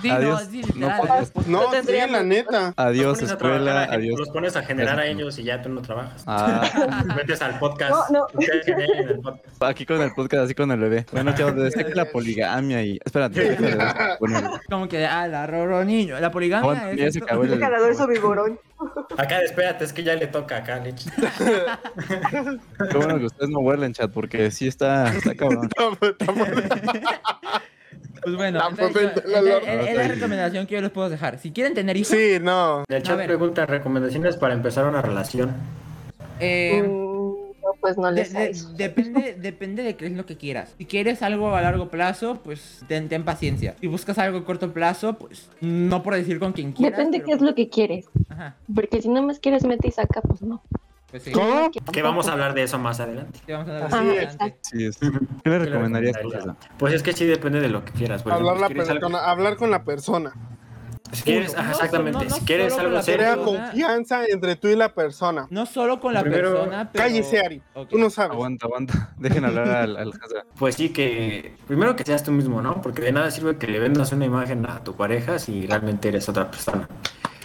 [SPEAKER 1] Sí,
[SPEAKER 5] Adiós.
[SPEAKER 1] no, sí,
[SPEAKER 5] No
[SPEAKER 1] literal.
[SPEAKER 5] podías-
[SPEAKER 6] No, sí,
[SPEAKER 2] tendríamos-
[SPEAKER 6] la neta.
[SPEAKER 5] Adiós
[SPEAKER 3] Los pones a
[SPEAKER 5] escuela,
[SPEAKER 3] trabajar a-
[SPEAKER 5] adiós.
[SPEAKER 3] Los pones a generar a
[SPEAKER 5] Gracias.
[SPEAKER 3] ellos y ya tú no trabajas.
[SPEAKER 5] Ah,
[SPEAKER 3] Metes al podcast.
[SPEAKER 2] No, no.
[SPEAKER 3] Ustedes generen el podcast.
[SPEAKER 5] aquí con el podcast, así con el bebé. Bueno, chavos, les destaca la poligamia y... Espérate, déjame le doy- bueno,
[SPEAKER 1] Como que, ah, la roro niño. La poligamia
[SPEAKER 5] aguanta, ya
[SPEAKER 1] es.
[SPEAKER 5] se acabó el-
[SPEAKER 2] Calador sobre vigorón.
[SPEAKER 3] Acá, espérate, es que ya le toca acá, leche.
[SPEAKER 5] Qué bueno que ustedes no huelen, chat, porque sí está, está cabrón.
[SPEAKER 1] Pues bueno,
[SPEAKER 6] Tampoco
[SPEAKER 1] entonces,
[SPEAKER 6] entra la
[SPEAKER 1] entonces,
[SPEAKER 6] lora.
[SPEAKER 1] es, es la recomendación que yo les puedo dejar. Si quieren tener hijos,
[SPEAKER 6] Sí, no.
[SPEAKER 3] El
[SPEAKER 1] A
[SPEAKER 3] chat
[SPEAKER 1] ver.
[SPEAKER 3] pregunta recomendaciones para empezar una relación.
[SPEAKER 1] eh,
[SPEAKER 2] Mm, No, pues no
[SPEAKER 1] de-
[SPEAKER 2] les
[SPEAKER 1] de-
[SPEAKER 2] sabes.
[SPEAKER 1] depende, depende de qué es lo que quieras. Si quieres algo a largo plazo, pues ten, ten paciencia. Si buscas algo a corto plazo, pues no por decir con quien quieras.
[SPEAKER 2] Depende
[SPEAKER 1] pero-
[SPEAKER 2] qué es lo que quieres.
[SPEAKER 1] Ajá,
[SPEAKER 2] Porque si nomás quieres mete y saca, pues no.
[SPEAKER 1] pues sí.
[SPEAKER 6] ¿Cómo?
[SPEAKER 3] Que vamos a hablar de eso más adelante.
[SPEAKER 1] Te vamos a dar
[SPEAKER 6] Así
[SPEAKER 1] más
[SPEAKER 6] es.
[SPEAKER 1] adelante.
[SPEAKER 5] Sí, es. ¿Qué le recomendarías, César?
[SPEAKER 3] Pues es que sí depende de lo que quieras. por ejemplo,
[SPEAKER 6] Hablar, la
[SPEAKER 3] si quieres algo-
[SPEAKER 6] persona- hablar con la persona.
[SPEAKER 3] si quieres-
[SPEAKER 1] Punto.
[SPEAKER 3] ajá,
[SPEAKER 1] No, no,
[SPEAKER 3] exactamente.
[SPEAKER 1] no
[SPEAKER 3] si quieres
[SPEAKER 1] solo
[SPEAKER 3] algo
[SPEAKER 1] la
[SPEAKER 6] Crea
[SPEAKER 1] persona.
[SPEAKER 3] serio,
[SPEAKER 6] confianza entre tú y la persona.
[SPEAKER 1] No solo con la
[SPEAKER 3] Primero-
[SPEAKER 1] persona, pero.
[SPEAKER 6] Cállese, Ari.
[SPEAKER 1] Ok.
[SPEAKER 6] Tú no sabes.
[SPEAKER 5] Aguanta, aguanta. Dejen hablar al, al Hazard.
[SPEAKER 3] pues sí que primero que seas tú mismo, ¿no? Porque de nada sirve que le vendas una imagen a tu pareja si realmente eres otra persona.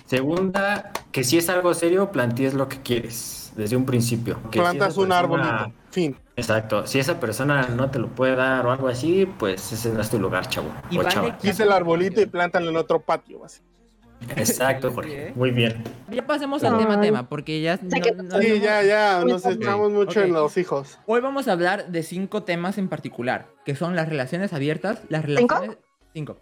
[SPEAKER 3] Segunda, que si es algo serio, plantees lo que quieres desde un principio. Que si
[SPEAKER 6] Plantas
[SPEAKER 3] esa
[SPEAKER 6] un
[SPEAKER 3] persona-
[SPEAKER 6] arbolito. Fin.
[SPEAKER 3] Exacto. Si esa persona no te lo puede dar o algo así, pues ese no es tu lugar, chavo.
[SPEAKER 1] Y
[SPEAKER 3] o
[SPEAKER 1] vale
[SPEAKER 3] chava.
[SPEAKER 1] que-
[SPEAKER 6] Quise el arbolito y plántalo en otro patio. Así.
[SPEAKER 3] Exacto,
[SPEAKER 1] Sí,
[SPEAKER 3] Jorge.
[SPEAKER 1] ¿eh?
[SPEAKER 3] Muy bien.
[SPEAKER 1] Ya pasemos al
[SPEAKER 2] Ay.
[SPEAKER 1] tema tema, porque ya. no-
[SPEAKER 2] que-
[SPEAKER 1] no-
[SPEAKER 6] Sí, ya, ya. Nos
[SPEAKER 2] Ok,
[SPEAKER 6] centramos mucho
[SPEAKER 1] ok.
[SPEAKER 6] en los hijos.
[SPEAKER 1] Hoy vamos a hablar de cinco temas en particular, que son las relaciones abiertas, las
[SPEAKER 2] ¿Cinco?
[SPEAKER 1] relaciones. Cinco.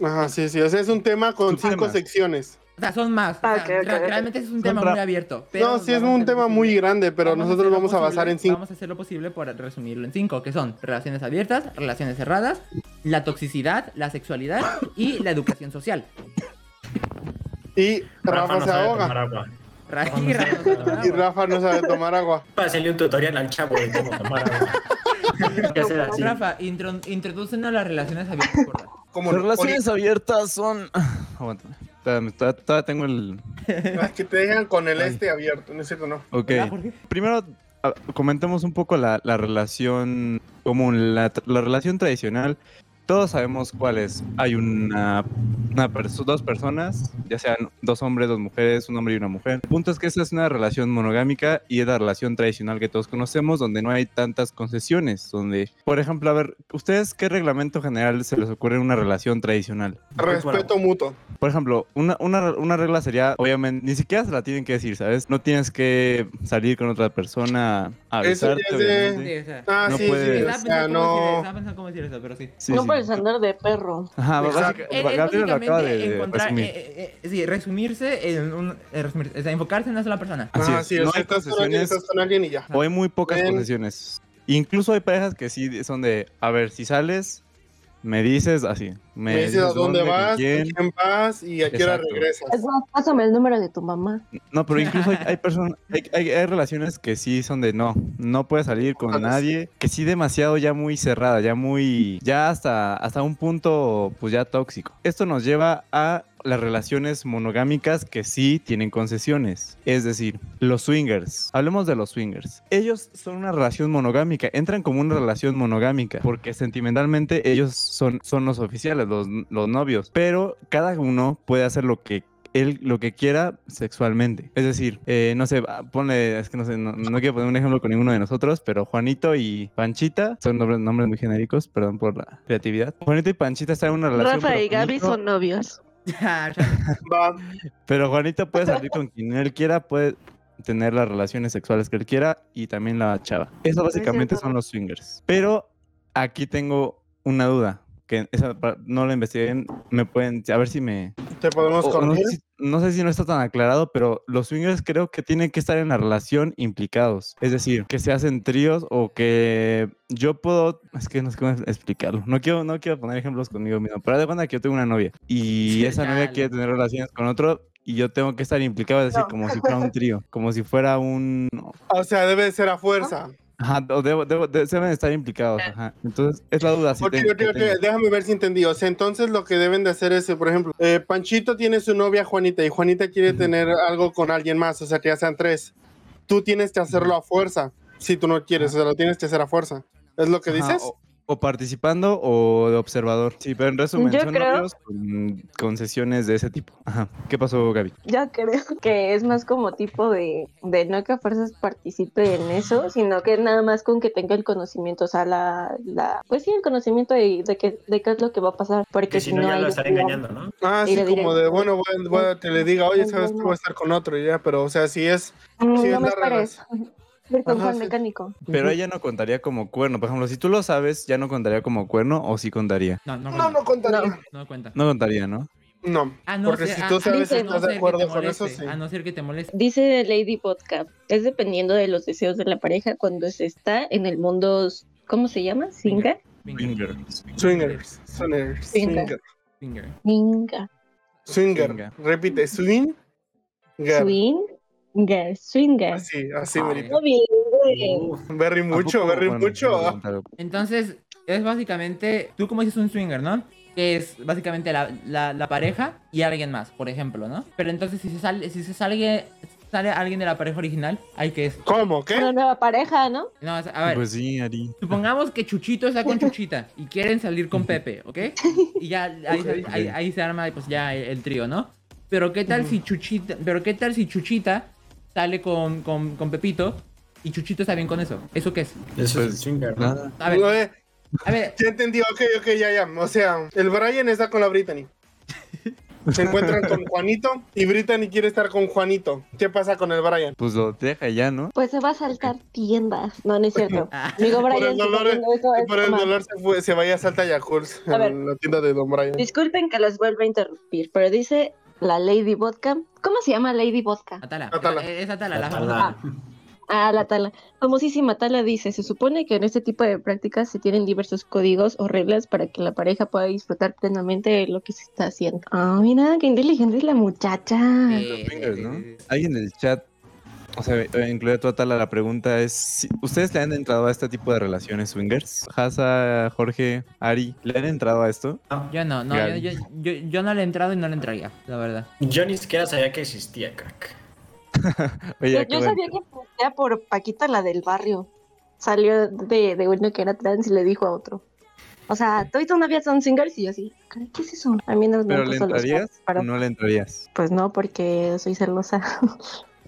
[SPEAKER 6] Ajá, sí, sí. O sea, es un tema con cinco
[SPEAKER 5] Subtemas.
[SPEAKER 6] secciones.
[SPEAKER 1] O sea, son más. o
[SPEAKER 2] Ah,
[SPEAKER 1] sea,
[SPEAKER 2] ok, ok,
[SPEAKER 1] re-
[SPEAKER 2] ok.
[SPEAKER 1] Realmente es un
[SPEAKER 5] Son
[SPEAKER 1] tema
[SPEAKER 5] tra-
[SPEAKER 1] muy abierto. pero
[SPEAKER 6] No, sí, es
[SPEAKER 1] vamos a
[SPEAKER 6] un
[SPEAKER 1] hacer
[SPEAKER 6] tema
[SPEAKER 1] lo
[SPEAKER 6] muy
[SPEAKER 1] posible.
[SPEAKER 6] grande, pero
[SPEAKER 1] Vamos a
[SPEAKER 6] nosotros
[SPEAKER 1] hacer lo
[SPEAKER 6] vamos a basar
[SPEAKER 1] posible-
[SPEAKER 6] en cinco.
[SPEAKER 1] Vamos a hacer lo posible por resumirlo en cinco, que son relaciones abiertas, relaciones cerradas, la toxicidad, la sexualidad y la educación social.
[SPEAKER 6] Y
[SPEAKER 3] Rafa
[SPEAKER 6] Rafa
[SPEAKER 3] no
[SPEAKER 6] se
[SPEAKER 3] sabe tomar
[SPEAKER 6] ahoga.
[SPEAKER 3] agua.
[SPEAKER 1] Ra-
[SPEAKER 3] Vamos
[SPEAKER 1] y
[SPEAKER 3] a-
[SPEAKER 1] ra- nos
[SPEAKER 6] Y
[SPEAKER 1] adoramos.
[SPEAKER 6] Rafa no sabe tomar agua.
[SPEAKER 3] Pásenle un tutorial al chavo de cómo tomar agua. ¿Qué hacer así?
[SPEAKER 1] Rafa, intro, introducen a las relaciones abiertas. Por favor.
[SPEAKER 6] Como
[SPEAKER 5] Las relaciones abiertas son. Aguanta. Todavía todavía- todavía tengo el.
[SPEAKER 6] Las que te dejan con el este abierto, no es cierto, no.
[SPEAKER 5] Ok.
[SPEAKER 1] ¿Verdad, Jorge?
[SPEAKER 5] Primero, a- comentemos un poco la, la relación común, la, tr- la relación tradicional. Todos sabemos cuál es. Hay una, una perso- dos personas, ya sean dos hombres, dos mujeres, un hombre y una mujer. El punto es que esa es una relación monogámica y es la relación tradicional que todos conocemos, donde no hay tantas concesiones. Donde, por ejemplo, a ver, ¿ustedes qué reglamento general se les ocurre en una relación tradicional?
[SPEAKER 6] Respeto mutuo.
[SPEAKER 5] Por ejemplo, una, una, una regla sería, obviamente, ni siquiera se la tienen que decir, ¿sabes? No tienes que salir con otra persona a
[SPEAKER 6] Eso ya
[SPEAKER 5] besarte,
[SPEAKER 6] es de-
[SPEAKER 5] obviamente.
[SPEAKER 1] Sí, o sea,
[SPEAKER 6] Ah,
[SPEAKER 5] No
[SPEAKER 6] sí, sí,
[SPEAKER 5] puedes.
[SPEAKER 6] o
[SPEAKER 1] estaba
[SPEAKER 6] sea,
[SPEAKER 1] pensando cómo decir-
[SPEAKER 6] no.
[SPEAKER 1] estaba pensando cómo decir eso, pero sí.
[SPEAKER 5] Sí,
[SPEAKER 2] no
[SPEAKER 5] sí.
[SPEAKER 2] puedes andar de perro.
[SPEAKER 5] Ajá,
[SPEAKER 6] Exacto.
[SPEAKER 5] básicamente-
[SPEAKER 1] Es- es
[SPEAKER 5] Gabriel lo acaba de,
[SPEAKER 1] Eh, básicamente
[SPEAKER 5] de
[SPEAKER 1] encontrar,
[SPEAKER 5] resumir.
[SPEAKER 1] eh, eh, eh, sí, resumirse en un, eh, resumirse, o sea, enfocarse en una sola persona.
[SPEAKER 5] Así
[SPEAKER 6] Ah,
[SPEAKER 5] es,
[SPEAKER 6] sí, o
[SPEAKER 5] no
[SPEAKER 6] sea,
[SPEAKER 5] hay
[SPEAKER 6] estás con alguien,
[SPEAKER 5] concesiones.
[SPEAKER 6] estás con alguien y ya.
[SPEAKER 5] o hay muy pocas
[SPEAKER 6] Ven.
[SPEAKER 5] concesiones. Incluso hay parejas que sí son de, a ver, si sales, me dices así. Me,
[SPEAKER 6] Me dices a dónde
[SPEAKER 5] con
[SPEAKER 6] vas,
[SPEAKER 5] quién.
[SPEAKER 6] con quién vas y a qué hora
[SPEAKER 5] Exacto.
[SPEAKER 6] regresas.
[SPEAKER 2] Es más, pásame el número de tu mamá.
[SPEAKER 5] No, pero incluso hay, hay personas, hay, hay- hay relaciones que sí son de no, no puedes salir con
[SPEAKER 6] Ojalá sí.
[SPEAKER 5] nadie, que sí demasiado ya muy cerrada, ya muy, ya hasta, hasta un punto pues ya tóxico. Esto nos lleva a las relaciones monogámicas que sí tienen concesiones. Es decir, los swingers. Hablemos de los swingers. Ellos son una relación monogámica, entran como una relación monogámica, porque sentimentalmente ellos son, son los oficiales, los, los novios. Pero cada uno puede hacer lo que él lo que quiera sexualmente. Es decir, eh, no sé, ah, ponle, es que no sé, no, no quiero poner un ejemplo con ninguno de nosotros, pero Juanito y Panchita son nombres, nombres muy genéricos, perdón por la creatividad. Juanito y Panchita están en una relación.
[SPEAKER 2] Rafa
[SPEAKER 5] pero
[SPEAKER 2] y Gaby
[SPEAKER 5] Juanito-
[SPEAKER 2] son novios.
[SPEAKER 6] Va.
[SPEAKER 5] Pero Juanito puede salir con quien él quiera, puede tener las relaciones sexuales que él quiera y también la chava. Eso básicamente
[SPEAKER 2] cierto.
[SPEAKER 5] son los swingers. Pero aquí tengo una duda. Que esa pa- no la investiguen, me pueden, a ver si me,
[SPEAKER 6] Te podemos
[SPEAKER 5] o- o no,
[SPEAKER 6] corregir.
[SPEAKER 5] sé si, no sé si no está tan aclarado, pero los swingers creo que tienen que estar en la relación implicados. Es decir, que se hacen tríos o que yo puedo. Es que no sé cómo explicarlo. No quiero, no quiero poner ejemplos conmigo mismo. Pero haz de cuenta que yo tengo una novia y
[SPEAKER 1] Sí,
[SPEAKER 5] esa
[SPEAKER 1] ya,
[SPEAKER 5] novia
[SPEAKER 1] lo-
[SPEAKER 5] quiere tener relaciones con otro. Y yo tengo que estar implicado, es decir,
[SPEAKER 2] No.
[SPEAKER 5] como si fuera un trío, como si fuera un...
[SPEAKER 6] O sea, debe de ser a fuerza.
[SPEAKER 2] Ah.
[SPEAKER 5] Ajá, o debo- debo- de- deben estar implicados, ajá. Entonces, es la duda. si
[SPEAKER 6] Eh. Ok,
[SPEAKER 5] tengo-
[SPEAKER 6] ok,
[SPEAKER 5] que
[SPEAKER 6] ok,
[SPEAKER 5] tengo.
[SPEAKER 6] Déjame ver si entendí. O sea, entonces lo que deben de hacer es, eh, por ejemplo, eh, Panchito tiene su novia Juanita y Juanita quiere
[SPEAKER 5] Ujú.
[SPEAKER 6] tener algo con alguien más, o sea, que ya sean tres. Tú tienes que hacerlo a fuerza, si tú no quieres, o sea, lo tienes que hacer a fuerza. ¿Es lo que
[SPEAKER 5] Ajá,
[SPEAKER 6] dices?
[SPEAKER 5] O, o participando o de observador. Sí, pero en resumen,
[SPEAKER 2] Yo
[SPEAKER 5] son
[SPEAKER 2] creo-
[SPEAKER 5] novios con, con sesiones de ese tipo. Ajá. ¿Qué pasó, Gaby?
[SPEAKER 2] Ya creo que es más como tipo de, de no que a fuerzas participe en eso, sino que nada más con que tenga el conocimiento, o sea, la, la pues sí, el conocimiento de, de, que, de qué es lo que va a pasar, porque
[SPEAKER 3] Que si no, ya
[SPEAKER 2] hay
[SPEAKER 3] lo estará
[SPEAKER 2] desviar.
[SPEAKER 3] engañando, ¿no?
[SPEAKER 6] Ah,
[SPEAKER 2] Y
[SPEAKER 6] sí,
[SPEAKER 2] le diré,
[SPEAKER 6] como de, bueno, voy, a- voy a- te le diga, oye, sabes que voy a estar con otro y ya, pero, o sea, si es...
[SPEAKER 2] Mm,
[SPEAKER 6] Sí,
[SPEAKER 2] no me
[SPEAKER 6] es la
[SPEAKER 2] esperes. Voy con
[SPEAKER 6] Ajá,
[SPEAKER 2] Juan
[SPEAKER 6] sí.
[SPEAKER 2] Mecánico.
[SPEAKER 5] Pero ella no contaría como cuerno. Por ejemplo, si tú lo sabes, ¿ya no contaría como cuerno o sí contaría?
[SPEAKER 1] No, no,
[SPEAKER 6] No,
[SPEAKER 1] cuenta.
[SPEAKER 6] no contaría.
[SPEAKER 1] No cuenta.
[SPEAKER 5] No contaría, ¿no?
[SPEAKER 6] No.
[SPEAKER 1] Ah,
[SPEAKER 6] Porque
[SPEAKER 1] sé-
[SPEAKER 6] si
[SPEAKER 1] a-
[SPEAKER 6] tú
[SPEAKER 1] a-
[SPEAKER 6] sabes
[SPEAKER 1] a
[SPEAKER 2] si
[SPEAKER 1] no
[SPEAKER 6] estás de
[SPEAKER 1] ser que
[SPEAKER 6] acuerdo
[SPEAKER 1] te
[SPEAKER 6] con eso,
[SPEAKER 1] moleste,
[SPEAKER 6] sí.
[SPEAKER 1] A no ser que te moleste.
[SPEAKER 2] Dice Lady Podcast, es dependiendo de los deseos de la pareja cuando se está en el mundo, ¿cómo se llama? Singa.
[SPEAKER 1] Finger.
[SPEAKER 6] Swingers. Swingers.
[SPEAKER 2] Swinga.
[SPEAKER 6] Swinger.
[SPEAKER 1] Finger.
[SPEAKER 2] Singa.
[SPEAKER 6] Swinger.
[SPEAKER 5] Swinga.
[SPEAKER 6] Repite, swing.
[SPEAKER 2] Swinga. Swinga.
[SPEAKER 6] Así, así,
[SPEAKER 1] Ah,
[SPEAKER 6] merito.
[SPEAKER 2] Muy bien, muy bien.
[SPEAKER 3] Uf,
[SPEAKER 6] Berry mucho, berry
[SPEAKER 5] verri
[SPEAKER 6] mucho.
[SPEAKER 1] Entonces, es básicamente, tú como dices un swinger, ¿no? Que es básicamente la, la- la pareja y alguien más, por ejemplo, ¿no? Pero entonces si se sale, si se sale, sale alguien de la pareja original, hay que es.
[SPEAKER 6] ¿Cómo? ¿Qué?
[SPEAKER 2] Una nueva pareja, ¿no?
[SPEAKER 1] No, es- a ver,
[SPEAKER 5] Pues sí, Ari.
[SPEAKER 1] supongamos que Chuchito está con Chuchita y quieren salir con Pepe, ¿ok? Y ya ahí, se- ahí- ahí se arma pues ya el, el trío, ¿no? Pero qué tal si Chuchita, pero qué tal si Chuchita sale con, con, con Pepito y Chuchito está bien con eso. ¿Eso qué es?
[SPEAKER 3] eso
[SPEAKER 5] Pues,
[SPEAKER 3] es el swinger, ¿no?
[SPEAKER 5] Nada.
[SPEAKER 1] A ver,
[SPEAKER 6] Eh,
[SPEAKER 1] a ver,
[SPEAKER 6] Ya entendí, ok, ok, ya, ya. O sea, el Brian está con la Brittany. Se encuentran con Juanito y Brittany quiere estar con Juanito. ¿Qué pasa con el Brian?
[SPEAKER 5] Pues lo deja ya, ¿no?
[SPEAKER 2] Pues se va a saltar tiendas. No, no es cierto.
[SPEAKER 1] ah,
[SPEAKER 2] Amigo
[SPEAKER 6] Por
[SPEAKER 2] Brian,
[SPEAKER 6] el
[SPEAKER 2] si está
[SPEAKER 6] dolor,
[SPEAKER 2] viendo esto, es
[SPEAKER 6] Por el
[SPEAKER 2] broma.
[SPEAKER 6] dolor se, fue- se vaya a Salta Yakults,
[SPEAKER 2] A ver.
[SPEAKER 6] en la tienda de Don Brian.
[SPEAKER 2] Disculpen que los vuelva a interrumpir, pero dice la Lady Vodka. ¿Cómo se llama Lady Vodka?
[SPEAKER 1] Atala, Eh,
[SPEAKER 6] Atala.
[SPEAKER 1] Es, es Atala, la
[SPEAKER 3] La
[SPEAKER 1] famosa
[SPEAKER 3] tala.
[SPEAKER 2] Ah, la tala. Famosísima tala dice, se supone que en este tipo de prácticas se tienen diversos códigos o reglas para que la pareja pueda disfrutar plenamente de lo que se está haciendo. Ah, mira, qué inteligente es la muchacha.
[SPEAKER 1] Eh,
[SPEAKER 5] Fingers, ¿no?
[SPEAKER 1] eh,
[SPEAKER 5] Alguien en el chat, o sea, eh, incluida toda Tala, la pregunta es: si- ¿Ustedes le han entrado a este tipo de relaciones swingers? Hasa, Jorge, Ari, ¿le han entrado a esto?
[SPEAKER 3] Ah,
[SPEAKER 1] Yo no, no, yo,
[SPEAKER 5] Gaby.
[SPEAKER 1] yo- yo- yo no le he entrado y no le entraría, la verdad.
[SPEAKER 3] Yo ni siquiera sabía que existía, crack.
[SPEAKER 5] Oye,
[SPEAKER 2] Yo,
[SPEAKER 5] qué
[SPEAKER 2] yo
[SPEAKER 5] bueno.
[SPEAKER 2] sabía que era por Paquita, la del barrio. Salió de, de uno que era trans y le dijo a otro. O sea, tú y tu novia son singers y yo así, "Caray, ¿qué es eso? A mí no me
[SPEAKER 5] ¿Pero le
[SPEAKER 2] gustan los
[SPEAKER 5] entrarías Mm.
[SPEAKER 2] para-
[SPEAKER 5] o no le entrarías?
[SPEAKER 2] Pues no, porque soy celosa.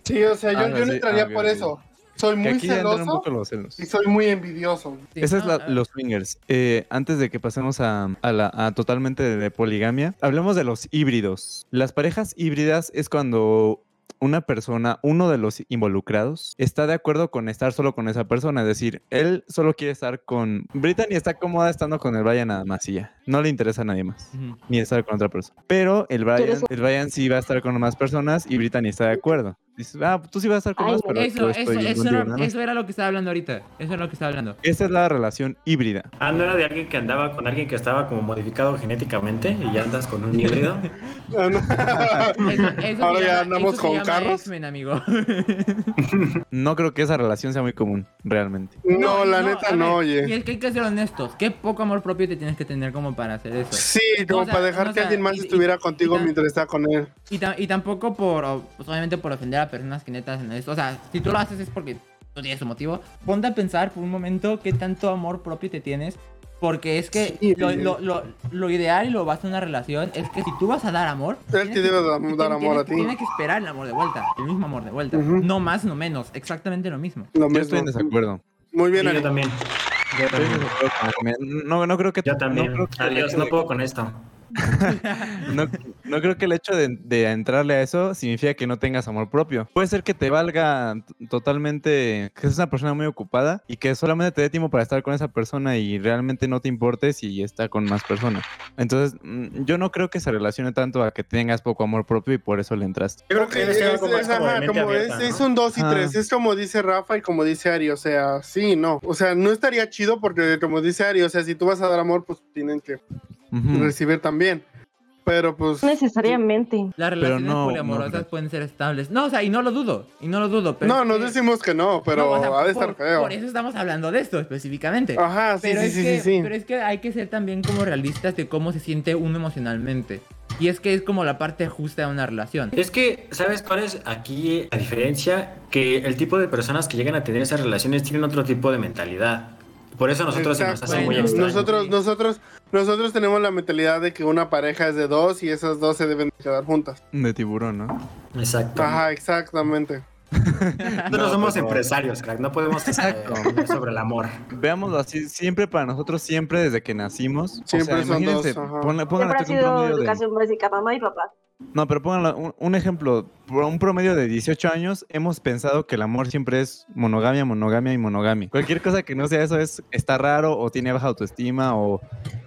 [SPEAKER 6] Sí, o sea, yo,
[SPEAKER 5] Ah,
[SPEAKER 6] yo
[SPEAKER 5] no,
[SPEAKER 6] no
[SPEAKER 5] sí,
[SPEAKER 6] entraría
[SPEAKER 5] ah, ok,
[SPEAKER 6] por
[SPEAKER 5] ok.
[SPEAKER 6] eso. Soy
[SPEAKER 5] Que
[SPEAKER 6] muy
[SPEAKER 5] aquí ya entran un
[SPEAKER 6] celoso
[SPEAKER 5] poco los celos.
[SPEAKER 6] y soy muy envidioso.
[SPEAKER 1] Sí,
[SPEAKER 5] Esa es
[SPEAKER 1] no,
[SPEAKER 5] la-
[SPEAKER 1] a-
[SPEAKER 5] los swingers. Eh, antes de que pasemos a, a la, a totalmente de poligamia, hablemos de los híbridos. Las parejas híbridas es cuando una persona, uno de los involucrados, está de acuerdo con estar solo con esa persona. Es decir, él solo quiere estar con... Brittany está cómoda estando con el Brian nada más y ya. No le interesa a nadie más.
[SPEAKER 1] Ujú.
[SPEAKER 5] Ni estar con otra persona. Pero el Brian,
[SPEAKER 2] ¿Quieres-
[SPEAKER 5] el Brian sí va a estar con más personas y Brittany está de acuerdo. Dices, ah, tú sí vas a estar con
[SPEAKER 2] Ay,
[SPEAKER 5] más, pero
[SPEAKER 1] Eso,
[SPEAKER 5] yo
[SPEAKER 1] eso,
[SPEAKER 5] estoy
[SPEAKER 1] eso,
[SPEAKER 5] contigo,
[SPEAKER 1] era,
[SPEAKER 5] nada más.
[SPEAKER 1] eso era lo que estaba hablando ahorita. Eso era lo que estaba hablando.
[SPEAKER 5] Esa es la relación híbrida.
[SPEAKER 3] Ah, ¿no era de alguien que andaba con alguien que estaba como modificado genéticamente y ya andas con un híbrido?
[SPEAKER 6] Ah, no.
[SPEAKER 1] Eso- eso se
[SPEAKER 6] Ahora ya
[SPEAKER 1] llama-
[SPEAKER 6] andamos
[SPEAKER 1] eso se
[SPEAKER 6] con
[SPEAKER 1] llama
[SPEAKER 6] carros.
[SPEAKER 1] X-Men, amigo.
[SPEAKER 5] No creo que esa relación sea muy común, realmente.
[SPEAKER 6] No, la
[SPEAKER 1] a
[SPEAKER 6] neta
[SPEAKER 1] ver,
[SPEAKER 6] no,
[SPEAKER 1] Y
[SPEAKER 6] oye.
[SPEAKER 1] es que hay que ser honestos. Qué poco amor propio te tienes que tener como para hacer eso.
[SPEAKER 6] Sí, como
[SPEAKER 1] o sea,
[SPEAKER 6] para dejar
[SPEAKER 1] o
[SPEAKER 6] que
[SPEAKER 1] sea,
[SPEAKER 6] alguien más
[SPEAKER 1] y- y-
[SPEAKER 6] estuviera
[SPEAKER 1] y
[SPEAKER 6] contigo
[SPEAKER 1] tan-
[SPEAKER 6] mientras está con él.
[SPEAKER 1] Y, ta- y tampoco por, o- pues, obviamente por ofender a personas que netas en esto. O sea, si tú lo haces es porque tú tienes su motivo. Ponte a pensar por un momento qué tanto amor propio te tienes. Porque es que
[SPEAKER 6] Sí.
[SPEAKER 1] lo, lo- lo- lo ideal y lo base de una relación es que si tú vas a dar amor,
[SPEAKER 6] Él te debe dar dar amor a ti.
[SPEAKER 1] Tiene que esperar el amor de vuelta, el mismo amor de vuelta.
[SPEAKER 6] Ujú.
[SPEAKER 1] No más, no menos, exactamente lo mismo.
[SPEAKER 6] Lo
[SPEAKER 5] Yo estoy
[SPEAKER 6] mismo.
[SPEAKER 5] en desacuerdo.
[SPEAKER 6] Muy
[SPEAKER 3] Sí,
[SPEAKER 6] bien,
[SPEAKER 3] yo
[SPEAKER 6] Ari.
[SPEAKER 3] también. Yo
[SPEAKER 5] Estoy en
[SPEAKER 3] también.
[SPEAKER 5] desacuerdo con Aquaman. No, no creo que.
[SPEAKER 3] Yo también.
[SPEAKER 5] No creo que, el
[SPEAKER 3] Adiós,
[SPEAKER 5] hecho
[SPEAKER 3] no
[SPEAKER 5] de-
[SPEAKER 3] puedo con esto.
[SPEAKER 5] no- no creo que el hecho de, de entrarle a eso significa que no tengas amor propio. Puede ser que te valga t- totalmente. que seas una persona muy ocupada y que solamente te dé tiempo para estar con esa persona y realmente no te importe si está con más personas. Entonces, mm, yo no creo que se relacione tanto a que tengas poco amor propio y por eso le entraste.
[SPEAKER 3] Yo creo que debe
[SPEAKER 6] Eh, Es,
[SPEAKER 3] ser algo
[SPEAKER 6] es-
[SPEAKER 3] más como
[SPEAKER 6] ajá,
[SPEAKER 3] de mente
[SPEAKER 6] como
[SPEAKER 3] abierta,
[SPEAKER 6] es- es
[SPEAKER 3] ¿no?
[SPEAKER 6] un 2 y
[SPEAKER 5] Ah.
[SPEAKER 6] 3, es como dice Rafa y como dice Ari, o sea, sí, no, o sea, no estaría chido porque como dice Ari, o sea, si tú vas a dar amor, pues tienen que
[SPEAKER 5] Ujú.
[SPEAKER 6] recibir también, pero pues...
[SPEAKER 2] No necesariamente.
[SPEAKER 1] Las relaciones
[SPEAKER 5] no, no
[SPEAKER 1] poliamorosas
[SPEAKER 5] creo.
[SPEAKER 1] pueden ser estables. No, o sea, y no lo dudo, y no lo dudo. Pero
[SPEAKER 6] No,
[SPEAKER 1] es
[SPEAKER 6] no
[SPEAKER 1] que-
[SPEAKER 6] decimos que no, pero
[SPEAKER 1] No, o sea,
[SPEAKER 6] ha de
[SPEAKER 1] por-
[SPEAKER 6] estar feo.
[SPEAKER 1] Por eso estamos hablando de esto específicamente.
[SPEAKER 6] Ajá, sí,
[SPEAKER 1] pero,
[SPEAKER 6] sí,
[SPEAKER 1] es
[SPEAKER 6] sí,
[SPEAKER 1] que,
[SPEAKER 6] sí, sí.
[SPEAKER 1] pero es que hay que ser también como realistas de cómo se siente uno emocionalmente. Y es que es como la parte justa de una relación.
[SPEAKER 3] Es que, ¿sabes cuál es aquí la diferencia? Que el tipo de personas que llegan a tener esas relaciones tienen otro tipo de mentalidad. Por eso a nosotros se nos
[SPEAKER 6] Exacto.
[SPEAKER 3] hace muy
[SPEAKER 1] Bueno,
[SPEAKER 3] extraño.
[SPEAKER 6] Nosotros, nosotros, nosotros tenemos la mentalidad de que una pareja es de dos y esas dos se deben quedar juntas.
[SPEAKER 5] De tiburón, ¿no?
[SPEAKER 3] Exacto.
[SPEAKER 6] Ajá, exactamente.
[SPEAKER 3] Nosotros
[SPEAKER 5] No,
[SPEAKER 3] somos
[SPEAKER 5] por favor.
[SPEAKER 3] empresarios, crack. No podemos eh,
[SPEAKER 5] Exacto.
[SPEAKER 3] hablar sobre el amor.
[SPEAKER 5] Veámoslo así, siempre para nosotros, siempre desde que nacimos. O
[SPEAKER 6] Siempre
[SPEAKER 5] sea,
[SPEAKER 6] son
[SPEAKER 5] imagínense,
[SPEAKER 6] dos, ajá.
[SPEAKER 5] ponle- pongan
[SPEAKER 2] Siempre ha
[SPEAKER 5] aquí un
[SPEAKER 2] sido
[SPEAKER 5] promedio de-
[SPEAKER 2] educación básica, mamá y papá.
[SPEAKER 5] No, pero pónganlo, un, un ejemplo, por un promedio de 18 años hemos pensado que el amor siempre es monogamia, monogamia y monogamia. Cualquier cosa que no sea eso es está raro o tiene baja autoestima o,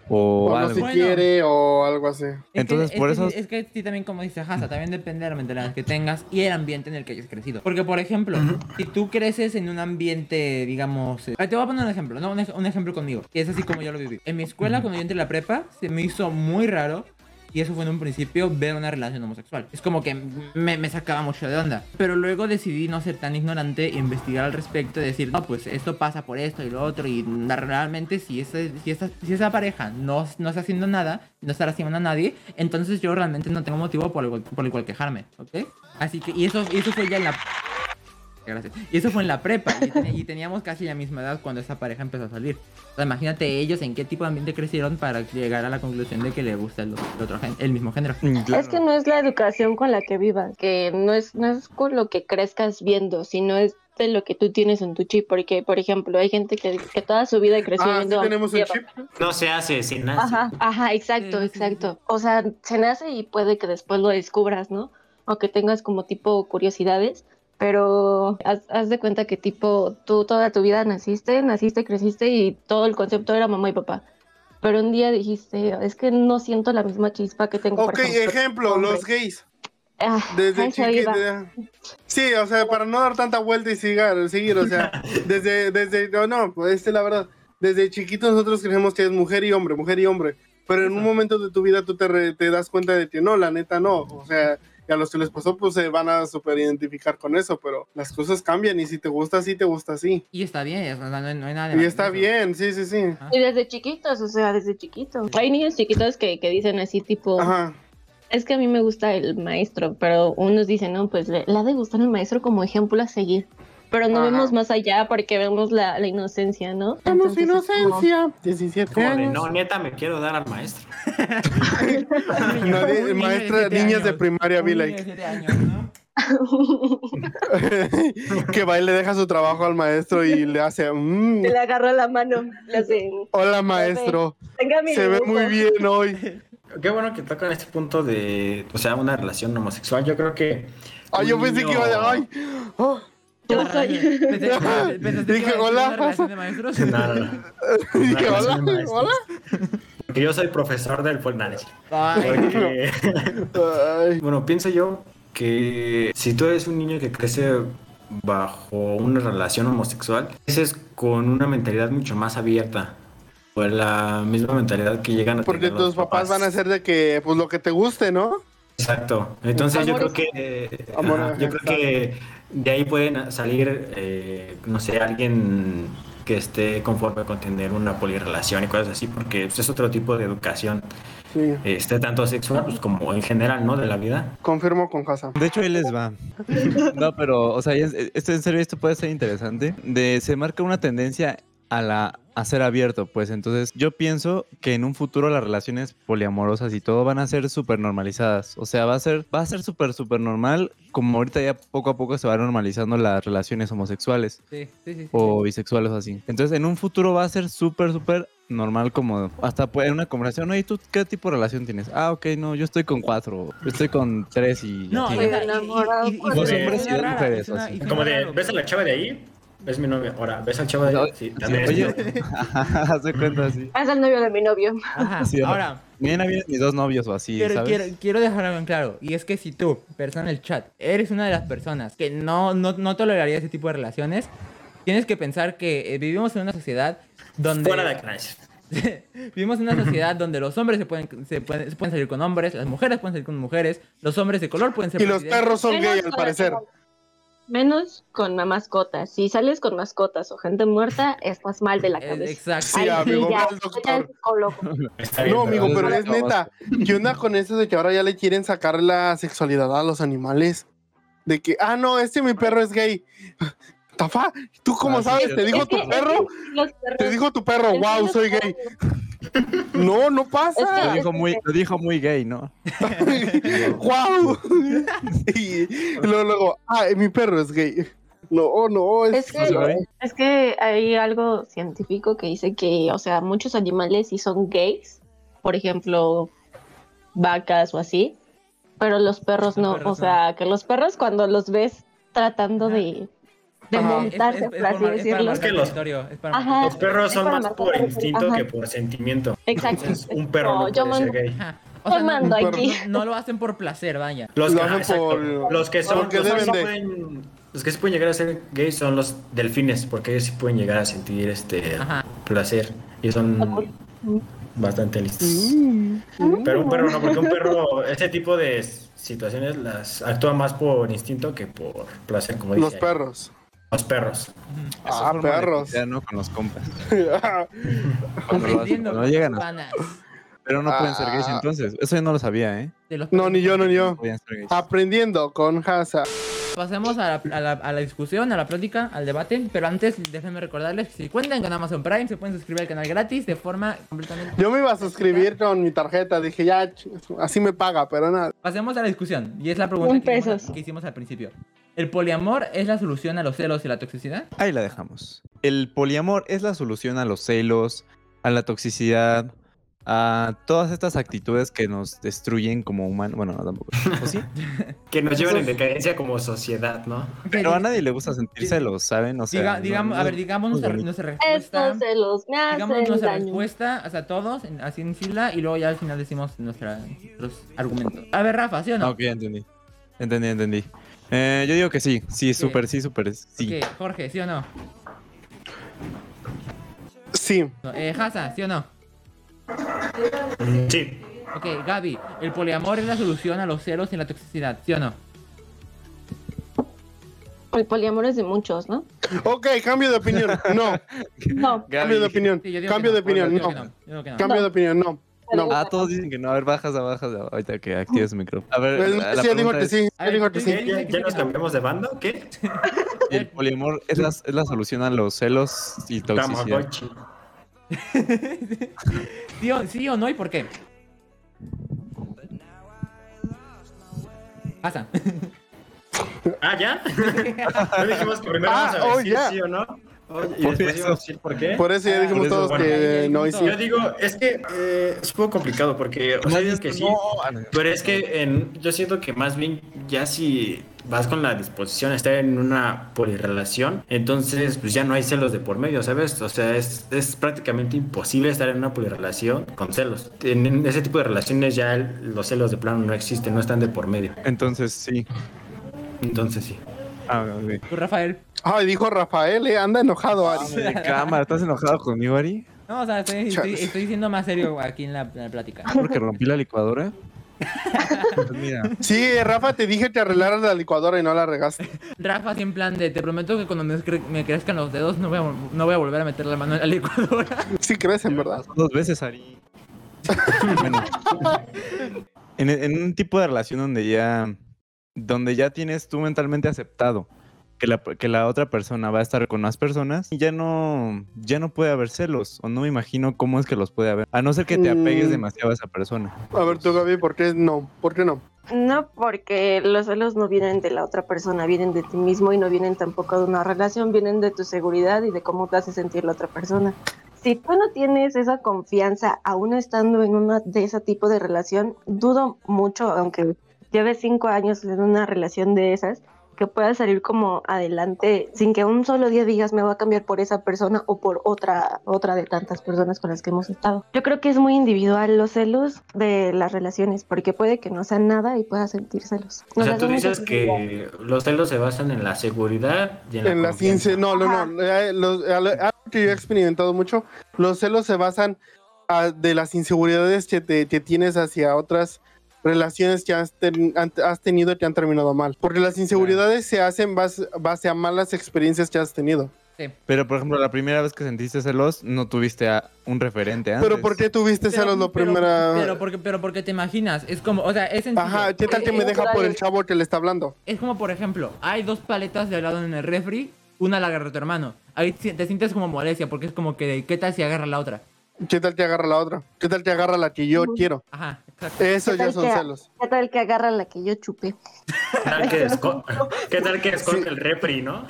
[SPEAKER 5] o
[SPEAKER 6] O no
[SPEAKER 5] algo.
[SPEAKER 6] se
[SPEAKER 1] Bueno.
[SPEAKER 6] quiere o algo así.
[SPEAKER 1] Es que-
[SPEAKER 5] Entonces,
[SPEAKER 1] es
[SPEAKER 5] por
[SPEAKER 1] que,
[SPEAKER 5] eso-
[SPEAKER 1] sí, Es que sí, también, como dice Hasa, también depende de la mentalidad que tengas y el ambiente en el que hayas crecido. Porque, por ejemplo, si tú creces en un ambiente, digamos. eh, Te voy a poner un ejemplo, ¿no? Un, ej- un ejemplo conmigo, que es así como yo lo viví. En mi escuela, cuando yo entré a la prepa, se me hizo muy raro. Y eso fue en un principio ver una relación homosexual. Es como que me, me sacaba mucho de onda. Pero luego decidí no ser tan ignorante e investigar al respecto y decir, no, pues esto pasa por esto y lo otro. Y na- realmente si esa, si esa, si esa pareja no, no está haciendo nada, no está lastimando a nadie, entonces yo realmente no tengo motivo por el, cual- por el cual quejarme, ¿ok? Así que, y eso, y eso fue ya en la... Gracias. Y eso fue en la prepa. Y, ten- y teníamos casi la misma edad cuando esa pareja empezó a salir. O sea, imagínate ellos en qué tipo de ambiente crecieron para llegar a la conclusión de que le gusta el, el otro gen- el mismo género.
[SPEAKER 5] Mm, claro.
[SPEAKER 2] Es que no es la educación con la que vivas, que no es, no es con lo que crezcas viendo, sino es de lo que tú tienes en tu chip, porque por ejemplo hay gente que, que toda su vida creció
[SPEAKER 6] Ah, sí
[SPEAKER 2] viendo a
[SPEAKER 6] tenemos un
[SPEAKER 2] Eva.
[SPEAKER 6] chip.
[SPEAKER 3] No se hace sin nada.
[SPEAKER 2] Ajá, ajá, exacto,
[SPEAKER 1] Sí, sí, sí.
[SPEAKER 2] exacto. O sea, se nace y puede que después lo descubras, ¿no? O que tengas como tipo curiosidades, pero haz, haz de cuenta que tipo tú toda tu vida naciste, naciste, creciste y todo el concepto era mamá y papá. Pero un día dijiste, es que no siento la misma chispa que tengo. por
[SPEAKER 6] Ok,
[SPEAKER 2] ejemplo,
[SPEAKER 6] ejemplo,
[SPEAKER 2] hombre".
[SPEAKER 6] los gays.
[SPEAKER 2] Ah,
[SPEAKER 6] Desde
[SPEAKER 2] ahí se iba.
[SPEAKER 6] chiquitos. Sí, o sea, para no dar tanta vuelta y seguir, seguir o sea, desde, desde, no, no, pues este, la verdad, desde chiquitos nosotros creemos que es mujer y hombre, mujer y hombre, pero en un momento de tu vida tú te, re- te das cuenta de que no, la neta no, o sea, y a los que les pasó pues se van a super identificar con eso, pero las cosas cambian y si te gusta así, te gusta así.
[SPEAKER 1] Y está bien, o sea, no, hay- no hay nada de malo
[SPEAKER 6] Y
[SPEAKER 1] en
[SPEAKER 6] está
[SPEAKER 1] Ah, eso.
[SPEAKER 6] bien, sí, sí, sí.
[SPEAKER 2] Y desde chiquitos, o sea, desde chiquitos. Hay niños chiquitos que, que dicen así,
[SPEAKER 1] Ah,
[SPEAKER 2] tipo,
[SPEAKER 6] Ajá.
[SPEAKER 2] es que a mí me gusta el maestro, pero unos dicen, no, pues le, le ha de gustar el maestro como ejemplo a seguir. Pero no
[SPEAKER 6] Ajá.
[SPEAKER 2] vemos más allá porque vemos la, la inocencia, ¿no?
[SPEAKER 6] Somos
[SPEAKER 2] Entonces, es como-
[SPEAKER 6] inocencia. 17
[SPEAKER 3] Como de,
[SPEAKER 6] años.
[SPEAKER 3] no, neta, me quiero dar al maestro.
[SPEAKER 6] Nadie-
[SPEAKER 1] Un niño de
[SPEAKER 6] maestra,
[SPEAKER 1] siete
[SPEAKER 6] niñas de
[SPEAKER 1] años.
[SPEAKER 6] primaria,
[SPEAKER 1] Un
[SPEAKER 6] vi
[SPEAKER 1] niño
[SPEAKER 6] like.
[SPEAKER 1] de siete años, ¿no?
[SPEAKER 6] que va y le deja su trabajo al maestro y le hace, "Mm,
[SPEAKER 2] Se le agarró la mano. le hace,
[SPEAKER 6] hola maestro,
[SPEAKER 2] Tenga mi
[SPEAKER 6] se ve
[SPEAKER 2] dibujo".
[SPEAKER 6] muy bien hoy.
[SPEAKER 3] Qué bueno que tocan este punto de, o sea, una relación homosexual. Yo creo que.
[SPEAKER 6] Ay, yo
[SPEAKER 3] un
[SPEAKER 6] pensé que
[SPEAKER 3] niño-
[SPEAKER 6] iba a ay, oh,
[SPEAKER 2] Yo soy-
[SPEAKER 1] Pensé- pensé- pensé que
[SPEAKER 6] Dije,
[SPEAKER 1] iba a decir
[SPEAKER 6] hola,
[SPEAKER 1] una relación de maestros.
[SPEAKER 3] Nada, nada.
[SPEAKER 6] dije,
[SPEAKER 3] relación
[SPEAKER 6] hola,
[SPEAKER 3] de maestros.
[SPEAKER 6] hola.
[SPEAKER 3] Porque yo soy profesor del Fortnite.
[SPEAKER 1] Ay,
[SPEAKER 3] Porque-
[SPEAKER 6] Ay,
[SPEAKER 3] Bueno, pienso yo que si tú eres un niño que crece bajo una relación homosexual, creces con una mentalidad mucho más abierta. Por la misma mentalidad que llegan a
[SPEAKER 6] Porque
[SPEAKER 3] tener los
[SPEAKER 6] tus papás van a ser de que, pues lo que te guste, ¿no?
[SPEAKER 3] Exacto. Entonces yo creo
[SPEAKER 2] Amores.
[SPEAKER 3] que eh,
[SPEAKER 6] Amor,
[SPEAKER 3] ajá, yo
[SPEAKER 6] ajá,
[SPEAKER 3] creo que de ahí pueden salir eh, no sé, alguien que esté conforme con tener una polirrelación y cosas así, porque pues, es otro tipo de educación,
[SPEAKER 6] Sí.
[SPEAKER 3] este tanto sexual pues, como en general, ¿no? De la vida.
[SPEAKER 6] Confirmo con Hassan.
[SPEAKER 5] De hecho, ahí les va. No, pero, o sea, ya es- esto en serio, esto puede ser interesante. De, se marca una tendencia a la a ser abierto, pues entonces yo pienso que en un futuro las relaciones poliamorosas y todo van a ser súper normalizadas, o sea, va a ser va a ser súper súper normal como ahorita ya poco a poco se van normalizando las relaciones homosexuales
[SPEAKER 1] Sí, sí, sí. sí.
[SPEAKER 5] o bisexuales o así. Entonces, en un futuro va a ser súper, súper normal como hasta puede- en una conversación, oye, ¿tú qué tipo de relación tienes? Ah, ok, no, yo estoy con cuatro, yo estoy con tres y...
[SPEAKER 1] No, o
[SPEAKER 5] así.
[SPEAKER 2] Soy
[SPEAKER 1] sea, y-
[SPEAKER 2] enamorado
[SPEAKER 1] y- y- y-
[SPEAKER 2] por
[SPEAKER 1] suena-
[SPEAKER 3] dos hombres y
[SPEAKER 1] suena
[SPEAKER 5] dos
[SPEAKER 1] raro,
[SPEAKER 5] mujeres,
[SPEAKER 1] suena-
[SPEAKER 5] así.
[SPEAKER 1] y suena
[SPEAKER 3] Como de,
[SPEAKER 1] raro,
[SPEAKER 3] ¿ves a la chava de ahí? Es mi novia. Ahora, ¿ves al chavo de
[SPEAKER 5] No,
[SPEAKER 3] ahí? Sí, también es mi
[SPEAKER 5] oye,
[SPEAKER 3] novia.
[SPEAKER 5] ajá, se cuenta así.
[SPEAKER 2] Haz al novio de mi novio.
[SPEAKER 1] Ajá.
[SPEAKER 5] Sí, ajá.
[SPEAKER 1] Ahora,
[SPEAKER 5] Mañana vienen mis dos novios o así,
[SPEAKER 1] quiero,
[SPEAKER 5] ¿sabes?
[SPEAKER 1] quiero, quiero dejar algo en claro. Y es que si tú, persona del chat, eres una de las personas que no, no, no toleraría ese tipo de relaciones, tienes que pensar que eh, vivimos en una sociedad donde...
[SPEAKER 3] Fuera de clase.
[SPEAKER 1] Vivimos en una sociedad donde los hombres se pueden, se pueden, se pueden salir con hombres, las mujeres pueden salir con mujeres, los hombres de color pueden ser
[SPEAKER 6] Y los
[SPEAKER 1] presidentes. Eh,
[SPEAKER 6] perros son
[SPEAKER 2] Menos
[SPEAKER 6] gay,
[SPEAKER 2] con
[SPEAKER 6] al
[SPEAKER 2] las
[SPEAKER 6] parecer.
[SPEAKER 2] mascotas. Menos con ma- mascotas. Si sales con mascotas o gente muerta, estás mal de la
[SPEAKER 1] Eh,
[SPEAKER 2] cabeza.
[SPEAKER 1] Exacto.
[SPEAKER 6] Sí, amigo, ve
[SPEAKER 2] ya,
[SPEAKER 6] al
[SPEAKER 2] vete al
[SPEAKER 6] doctor.
[SPEAKER 2] psicólogo.
[SPEAKER 3] Está bien,
[SPEAKER 6] No,
[SPEAKER 3] pero-
[SPEAKER 6] amigo, pero
[SPEAKER 5] Pero
[SPEAKER 6] es
[SPEAKER 5] es una
[SPEAKER 6] neta. ¿Qué onda con eso de que ahora ya le quieren sacar la sexualidad a los animales? De que, ah, no, este mi perro es gay. Tafa, ¿tú cómo
[SPEAKER 5] Ah, sí,
[SPEAKER 6] sabes?
[SPEAKER 5] cierto.
[SPEAKER 6] ¿Te dijo
[SPEAKER 2] Es que-
[SPEAKER 6] tu perro?
[SPEAKER 2] es que los perros-
[SPEAKER 6] Te dijo tu
[SPEAKER 2] es
[SPEAKER 6] perro,
[SPEAKER 2] que
[SPEAKER 6] wow,
[SPEAKER 2] los
[SPEAKER 6] soy gay.
[SPEAKER 2] perros-
[SPEAKER 6] No, no
[SPEAKER 5] Lo
[SPEAKER 6] pasa.
[SPEAKER 5] dijo, muy, lo dijo muy gay, ¿no?
[SPEAKER 6] wow. y luego, luego, ah, mi perro es gay. No, no, es,
[SPEAKER 2] Es que- Es que hay algo científico que dice que, o sea, muchos animales sí son gays, por ejemplo, vacas o así, pero los
[SPEAKER 1] Los
[SPEAKER 2] perros no,
[SPEAKER 1] perros
[SPEAKER 2] o sea, que los perros cuando los ves tratando de, de
[SPEAKER 6] Ajá.
[SPEAKER 2] montarse, por así
[SPEAKER 1] mar- para
[SPEAKER 2] decirlo.
[SPEAKER 1] marcar
[SPEAKER 3] Es que los-
[SPEAKER 1] territorio, es para
[SPEAKER 2] Ajá.
[SPEAKER 1] marcar
[SPEAKER 3] Los perros son
[SPEAKER 2] Para
[SPEAKER 3] más
[SPEAKER 2] marcar
[SPEAKER 3] por
[SPEAKER 2] territorio,
[SPEAKER 3] instinto
[SPEAKER 2] ajá.
[SPEAKER 3] que por sentimiento.
[SPEAKER 2] Exacto.
[SPEAKER 3] Entonces, un perro no
[SPEAKER 2] No, yo
[SPEAKER 3] puede ser
[SPEAKER 2] mando-
[SPEAKER 3] gay.
[SPEAKER 1] Ajá. O
[SPEAKER 2] Te
[SPEAKER 1] sea, no-
[SPEAKER 2] mando
[SPEAKER 1] no,
[SPEAKER 2] aquí.
[SPEAKER 1] no lo hacen por placer, vaya.
[SPEAKER 3] Los
[SPEAKER 6] Lo
[SPEAKER 3] que,
[SPEAKER 6] hacen
[SPEAKER 3] ah, exacto.
[SPEAKER 6] por-
[SPEAKER 3] los que son,
[SPEAKER 6] porque
[SPEAKER 3] los, que sí
[SPEAKER 6] deben de.
[SPEAKER 3] pueden, los que sí pueden llegar a ser gays son los delfines, porque ellos sí pueden llegar a sentir este
[SPEAKER 1] Ajá.
[SPEAKER 3] placer y son bastante listos. Pero un perro no, porque un perro, ese tipo de situaciones las actúa más por instinto que por placer, como
[SPEAKER 6] los
[SPEAKER 3] dice.
[SPEAKER 6] perros.
[SPEAKER 3] Los perros.
[SPEAKER 6] Ah,
[SPEAKER 5] Forma de
[SPEAKER 6] perros.
[SPEAKER 5] coquetear, ¿no? Con los compas. Cuando lo hacen,
[SPEAKER 1] Comprendiendo
[SPEAKER 5] cuando llegan a-
[SPEAKER 1] panas
[SPEAKER 5] Pero no pueden ser gays
[SPEAKER 6] Ah.
[SPEAKER 5] entonces. Eso yo no lo sabía, ¿eh?
[SPEAKER 1] de los
[SPEAKER 6] no, ni yo, no, ni
[SPEAKER 5] No
[SPEAKER 6] yo.
[SPEAKER 5] podían ser gays.
[SPEAKER 6] Ah. Aprendiendo con Hasa.
[SPEAKER 1] Pasemos a la, a, la, a la discusión, a la plática, al debate. Pero antes, déjenme recordarles que si cuentan con Amazon Prime, se pueden suscribir al canal gratis de forma completamente.
[SPEAKER 6] Yo me iba a suscribir con mi tarjeta. Dije, ya, ch- así me paga, pero nada.
[SPEAKER 1] Pasemos a la discusión. Y es la pregunta
[SPEAKER 2] Un
[SPEAKER 1] que hicimos,
[SPEAKER 2] pesos.
[SPEAKER 1] que hicimos al principio. ¿El poliamor es la solución a los celos y la toxicidad?
[SPEAKER 5] Ahí la dejamos. El poliamor es la solución a los celos, a la toxicidad, a todas estas actitudes que nos destruyen como humanos. Bueno, no tampoco. ¿O sí?
[SPEAKER 3] Que nos llevan en decadencia como sociedad, ¿no?
[SPEAKER 5] Pero a nadie le gusta sentir celos, ¿saben? O sea,
[SPEAKER 1] Diga-
[SPEAKER 5] no-
[SPEAKER 1] digamos,
[SPEAKER 5] no-
[SPEAKER 1] a ver, digamos
[SPEAKER 5] no es
[SPEAKER 1] nuestra,
[SPEAKER 5] bonito.
[SPEAKER 1] nuestra respuesta.
[SPEAKER 2] Estos celos me
[SPEAKER 1] Digamos
[SPEAKER 2] hacen
[SPEAKER 1] nuestra
[SPEAKER 2] daño.
[SPEAKER 1] respuesta, o sea, todos, en- así en fila, y luego ya al final decimos nuestra, nuestros argumentos. A ver, Rafa, ¿sí o no?
[SPEAKER 5] Ah, ok, entendí. Entendí, entendí. Eh, yo digo que sí, sí, súper, sí, súper, sí.
[SPEAKER 1] Ok, Jorge, ¿sí o no?
[SPEAKER 6] Sí,
[SPEAKER 1] No, Eh, Hasa, ¿sí o no?
[SPEAKER 3] Sí.
[SPEAKER 1] Ok, Gaby, el poliamor es la solución a los celos y la toxicidad, ¿sí o no?
[SPEAKER 2] El poliamor es de muchos, ¿no?
[SPEAKER 6] Ok, cambio de opinión. No,
[SPEAKER 2] No.
[SPEAKER 6] cambio de opinión.
[SPEAKER 1] Sí, yo digo
[SPEAKER 6] Cambio
[SPEAKER 1] que
[SPEAKER 6] de
[SPEAKER 1] no. Bueno, yo digo
[SPEAKER 6] opinión. No,
[SPEAKER 1] que Yo digo que no.
[SPEAKER 6] cambio de opinión. No, no.
[SPEAKER 5] Ah, todos dicen que no. A ver, bajas, a bajas. a- Ahorita que actives el micrófono. A ver,
[SPEAKER 6] Pues,
[SPEAKER 5] la, la
[SPEAKER 6] sí, dijo
[SPEAKER 5] pregunta
[SPEAKER 6] que
[SPEAKER 5] es,
[SPEAKER 6] sí.
[SPEAKER 1] A
[SPEAKER 6] sí,
[SPEAKER 1] ver,
[SPEAKER 6] dijo que
[SPEAKER 1] tú
[SPEAKER 6] sí.
[SPEAKER 1] dime.
[SPEAKER 3] ¿Ya, ya nos cambiamos de bando? ¿Qué?
[SPEAKER 5] ¿el poliamor es la, es la solución a los celos y toxicidad?
[SPEAKER 3] Tamagotchi.
[SPEAKER 1] ¿Sí o, sí o no y por qué? Hasa.
[SPEAKER 3] Ah, ¿ya? ¿No dijimos que primero
[SPEAKER 6] Ah,
[SPEAKER 3] vamos a
[SPEAKER 6] oh,
[SPEAKER 3] decir
[SPEAKER 6] ya. Oh,
[SPEAKER 3] sí o no? Oye, y
[SPEAKER 5] Por
[SPEAKER 3] después
[SPEAKER 5] eso.
[SPEAKER 3] iba a decir por qué.
[SPEAKER 6] Por eso ya dijimos
[SPEAKER 5] Ah, Por eso,
[SPEAKER 6] todos
[SPEAKER 5] bueno.
[SPEAKER 6] que no y sí.
[SPEAKER 3] Yo digo, es que eh, es un poco complicado porque, o sea, digo que sí, pero es que en- yo siento que más bien ya si vas con la disposición a estar en una polirrelación, entonces pues ya no hay celos de por medio, ¿sabes? O sea, es, es prácticamente imposible estar en una polirrelación con celos. En, en ese tipo de relaciones ya el- los celos de plano no existen, no están de por medio.
[SPEAKER 5] Entonces sí.
[SPEAKER 3] Entonces sí.
[SPEAKER 5] Ah, ok.
[SPEAKER 1] Tú, Rafael.
[SPEAKER 6] Ay, dijo Rafael, eh, anda enojado,
[SPEAKER 1] Ah,
[SPEAKER 6] Ari.
[SPEAKER 5] Hombre, cámara, ¿estás enojado conmigo, Ari?
[SPEAKER 1] No, o sea, estoy, estoy,
[SPEAKER 6] Chas.
[SPEAKER 1] estoy siendo más serio aquí en la, en la plática.
[SPEAKER 5] Porque rompí la licuadora. Pues mira,
[SPEAKER 6] Sí, Rafa, te dije que arreglaras la licuadora y no la regaste.
[SPEAKER 1] Rafa, así en plan de, te prometo que cuando me, cre- me crezcan los dedos no voy, a, vol- no voy a volver a meter la mano en la licuadora.
[SPEAKER 6] Sí crees, en verdad.
[SPEAKER 5] pasó dos veces, Ari. Bueno. en, en un tipo de relación donde ya, donde ya tienes tú mentalmente aceptado que la, que la otra persona va a estar con más personas, y ya no, ya no puede haber celos, o no me imagino cómo es que los puede haber, a no ser que te apegues
[SPEAKER 6] Mm.
[SPEAKER 5] demasiado a esa persona.
[SPEAKER 6] A ver, tú, Gaby, ¿por qué no? ¿Por qué no?
[SPEAKER 2] No, porque los celos no vienen de la otra persona, vienen de ti mismo y no vienen tampoco de una relación, vienen de tu seguridad y de cómo te hace sentir la otra persona. Si tú no tienes esa confianza, aún estando en una de ese tipo de relación, dudo mucho, aunque lleves cinco años en una relación de esas, que puedas salir como adelante sin que un solo día digas me voy a cambiar por esa persona o por otra otra de tantas personas con las que hemos estado. Yo creo que es muy individual los celos de las relaciones porque puede que no sean nada y puedas sentir celos.
[SPEAKER 3] O
[SPEAKER 2] Nos
[SPEAKER 3] sea,
[SPEAKER 2] las
[SPEAKER 3] tú
[SPEAKER 2] dan
[SPEAKER 3] dices
[SPEAKER 2] esas
[SPEAKER 3] que los celos se basan en la seguridad y en la,
[SPEAKER 6] En la
[SPEAKER 3] confianza.
[SPEAKER 6] sinceridad. No, no, no. eh, los- a lo- algo que yo he experimentado mucho, los celos se basan ah, de las inseguridades que, te, que tienes hacia otras relaciones que has, ten- han- has tenido que han terminado mal. Porque las inseguridades se hacen base, base a malas experiencias que has tenido.
[SPEAKER 5] Pero, por ejemplo, la primera vez que sentiste celos, no tuviste a un referente antes.
[SPEAKER 6] Pero ¿por qué tuviste celos la
[SPEAKER 1] pero-
[SPEAKER 6] primera...?
[SPEAKER 1] Pero, porque, pero porque te imaginas, es como, o sea, es sencillo.
[SPEAKER 6] Ajá, ¿qué tal que me deja por el chavo que le está hablando?
[SPEAKER 1] Es como, por ejemplo, hay dos paletas de helado en el refri, una la agarra tu hermano. Ahí si- te sientes como molestia porque es como que, de, ¿qué tal si agarra la otra?
[SPEAKER 6] ¿Qué tal te agarra la otra? ¿Qué tal te agarra la que yo
[SPEAKER 2] Ujú.
[SPEAKER 6] quiero?
[SPEAKER 1] Ajá, exacto.
[SPEAKER 6] Eso
[SPEAKER 2] ¿Qué
[SPEAKER 6] ya
[SPEAKER 2] tal
[SPEAKER 6] son
[SPEAKER 2] que-
[SPEAKER 6] celos.
[SPEAKER 2] ¿Qué tal que agarra la que yo chupé?
[SPEAKER 3] ¿Qué tal que desco- ¿Qué tal que descolga el refri, no?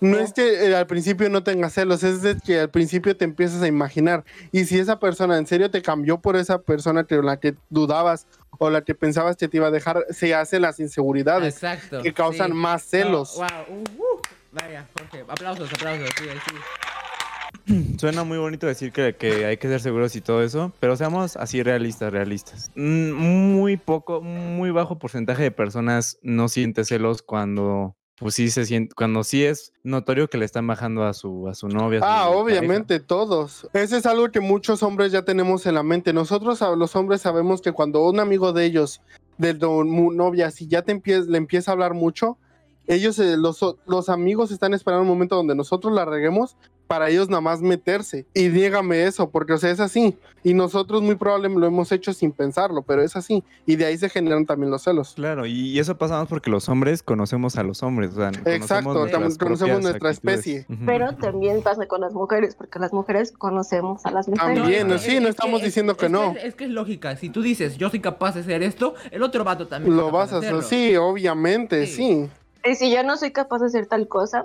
[SPEAKER 6] No es que eh, al principio no tengas celos, es de que al principio te empiezas a imaginar. Y si esa persona en serio te cambió por esa persona que, la que dudabas o la que pensabas que te iba a dejar, se hacen las inseguridades
[SPEAKER 1] Exacto.
[SPEAKER 6] que causan
[SPEAKER 1] sí.
[SPEAKER 6] más celos.
[SPEAKER 1] No, wow, uh, uh. Vaya, Jorge, aplausos, aplausos. Sí, sí.
[SPEAKER 5] Suena muy bonito decir que, que hay que ser seguros y todo eso, pero seamos así realistas, realistas. Mm, Muy poco, muy bajo porcentaje de personas no siente celos cuando, pues sí se siente, cuando sí es notorio que le están bajando a su, a su novia. a su
[SPEAKER 6] Ah,
[SPEAKER 5] pareja.
[SPEAKER 6] obviamente, todos. Eso es algo que muchos hombres ya tenemos en la mente. Nosotros, a los hombres, sabemos que cuando un amigo de ellos, de tu mu- novia, si ya te empie- le empieza a hablar mucho, ellos, eh, los, o- los amigos están esperando un momento donde nosotros la reguemos para ellos nada más meterse. Y dígame eso, porque, o sea, es así. Y nosotros muy probablemente lo hemos hecho sin pensarlo, pero es así. Y de ahí se generan también los celos.
[SPEAKER 5] Claro, y, y eso pasa más porque los hombres conocemos a los hombres. o sea,
[SPEAKER 6] Exacto,
[SPEAKER 5] conocemos nuestras
[SPEAKER 6] tam- conocemos
[SPEAKER 5] propias
[SPEAKER 6] nuestra
[SPEAKER 5] actitudes.
[SPEAKER 6] especie.
[SPEAKER 5] Ujú.
[SPEAKER 2] Pero también pasa con las mujeres porque las mujeres conocemos a las mujeres.
[SPEAKER 6] También,
[SPEAKER 1] es
[SPEAKER 6] no,
[SPEAKER 1] que-
[SPEAKER 6] sí, no estamos diciendo que
[SPEAKER 1] es
[SPEAKER 6] no.
[SPEAKER 1] Es, es que es lógica. Si tú dices, yo soy capaz de hacer esto, el otro vato también.
[SPEAKER 6] Lo
[SPEAKER 1] es
[SPEAKER 6] vas
[SPEAKER 1] capaz
[SPEAKER 6] a
[SPEAKER 1] de
[SPEAKER 6] hacer,
[SPEAKER 1] hacerlo.
[SPEAKER 6] sí, obviamente,
[SPEAKER 1] Sí.
[SPEAKER 6] sí.
[SPEAKER 2] Y si yo no soy capaz de hacer tal cosa,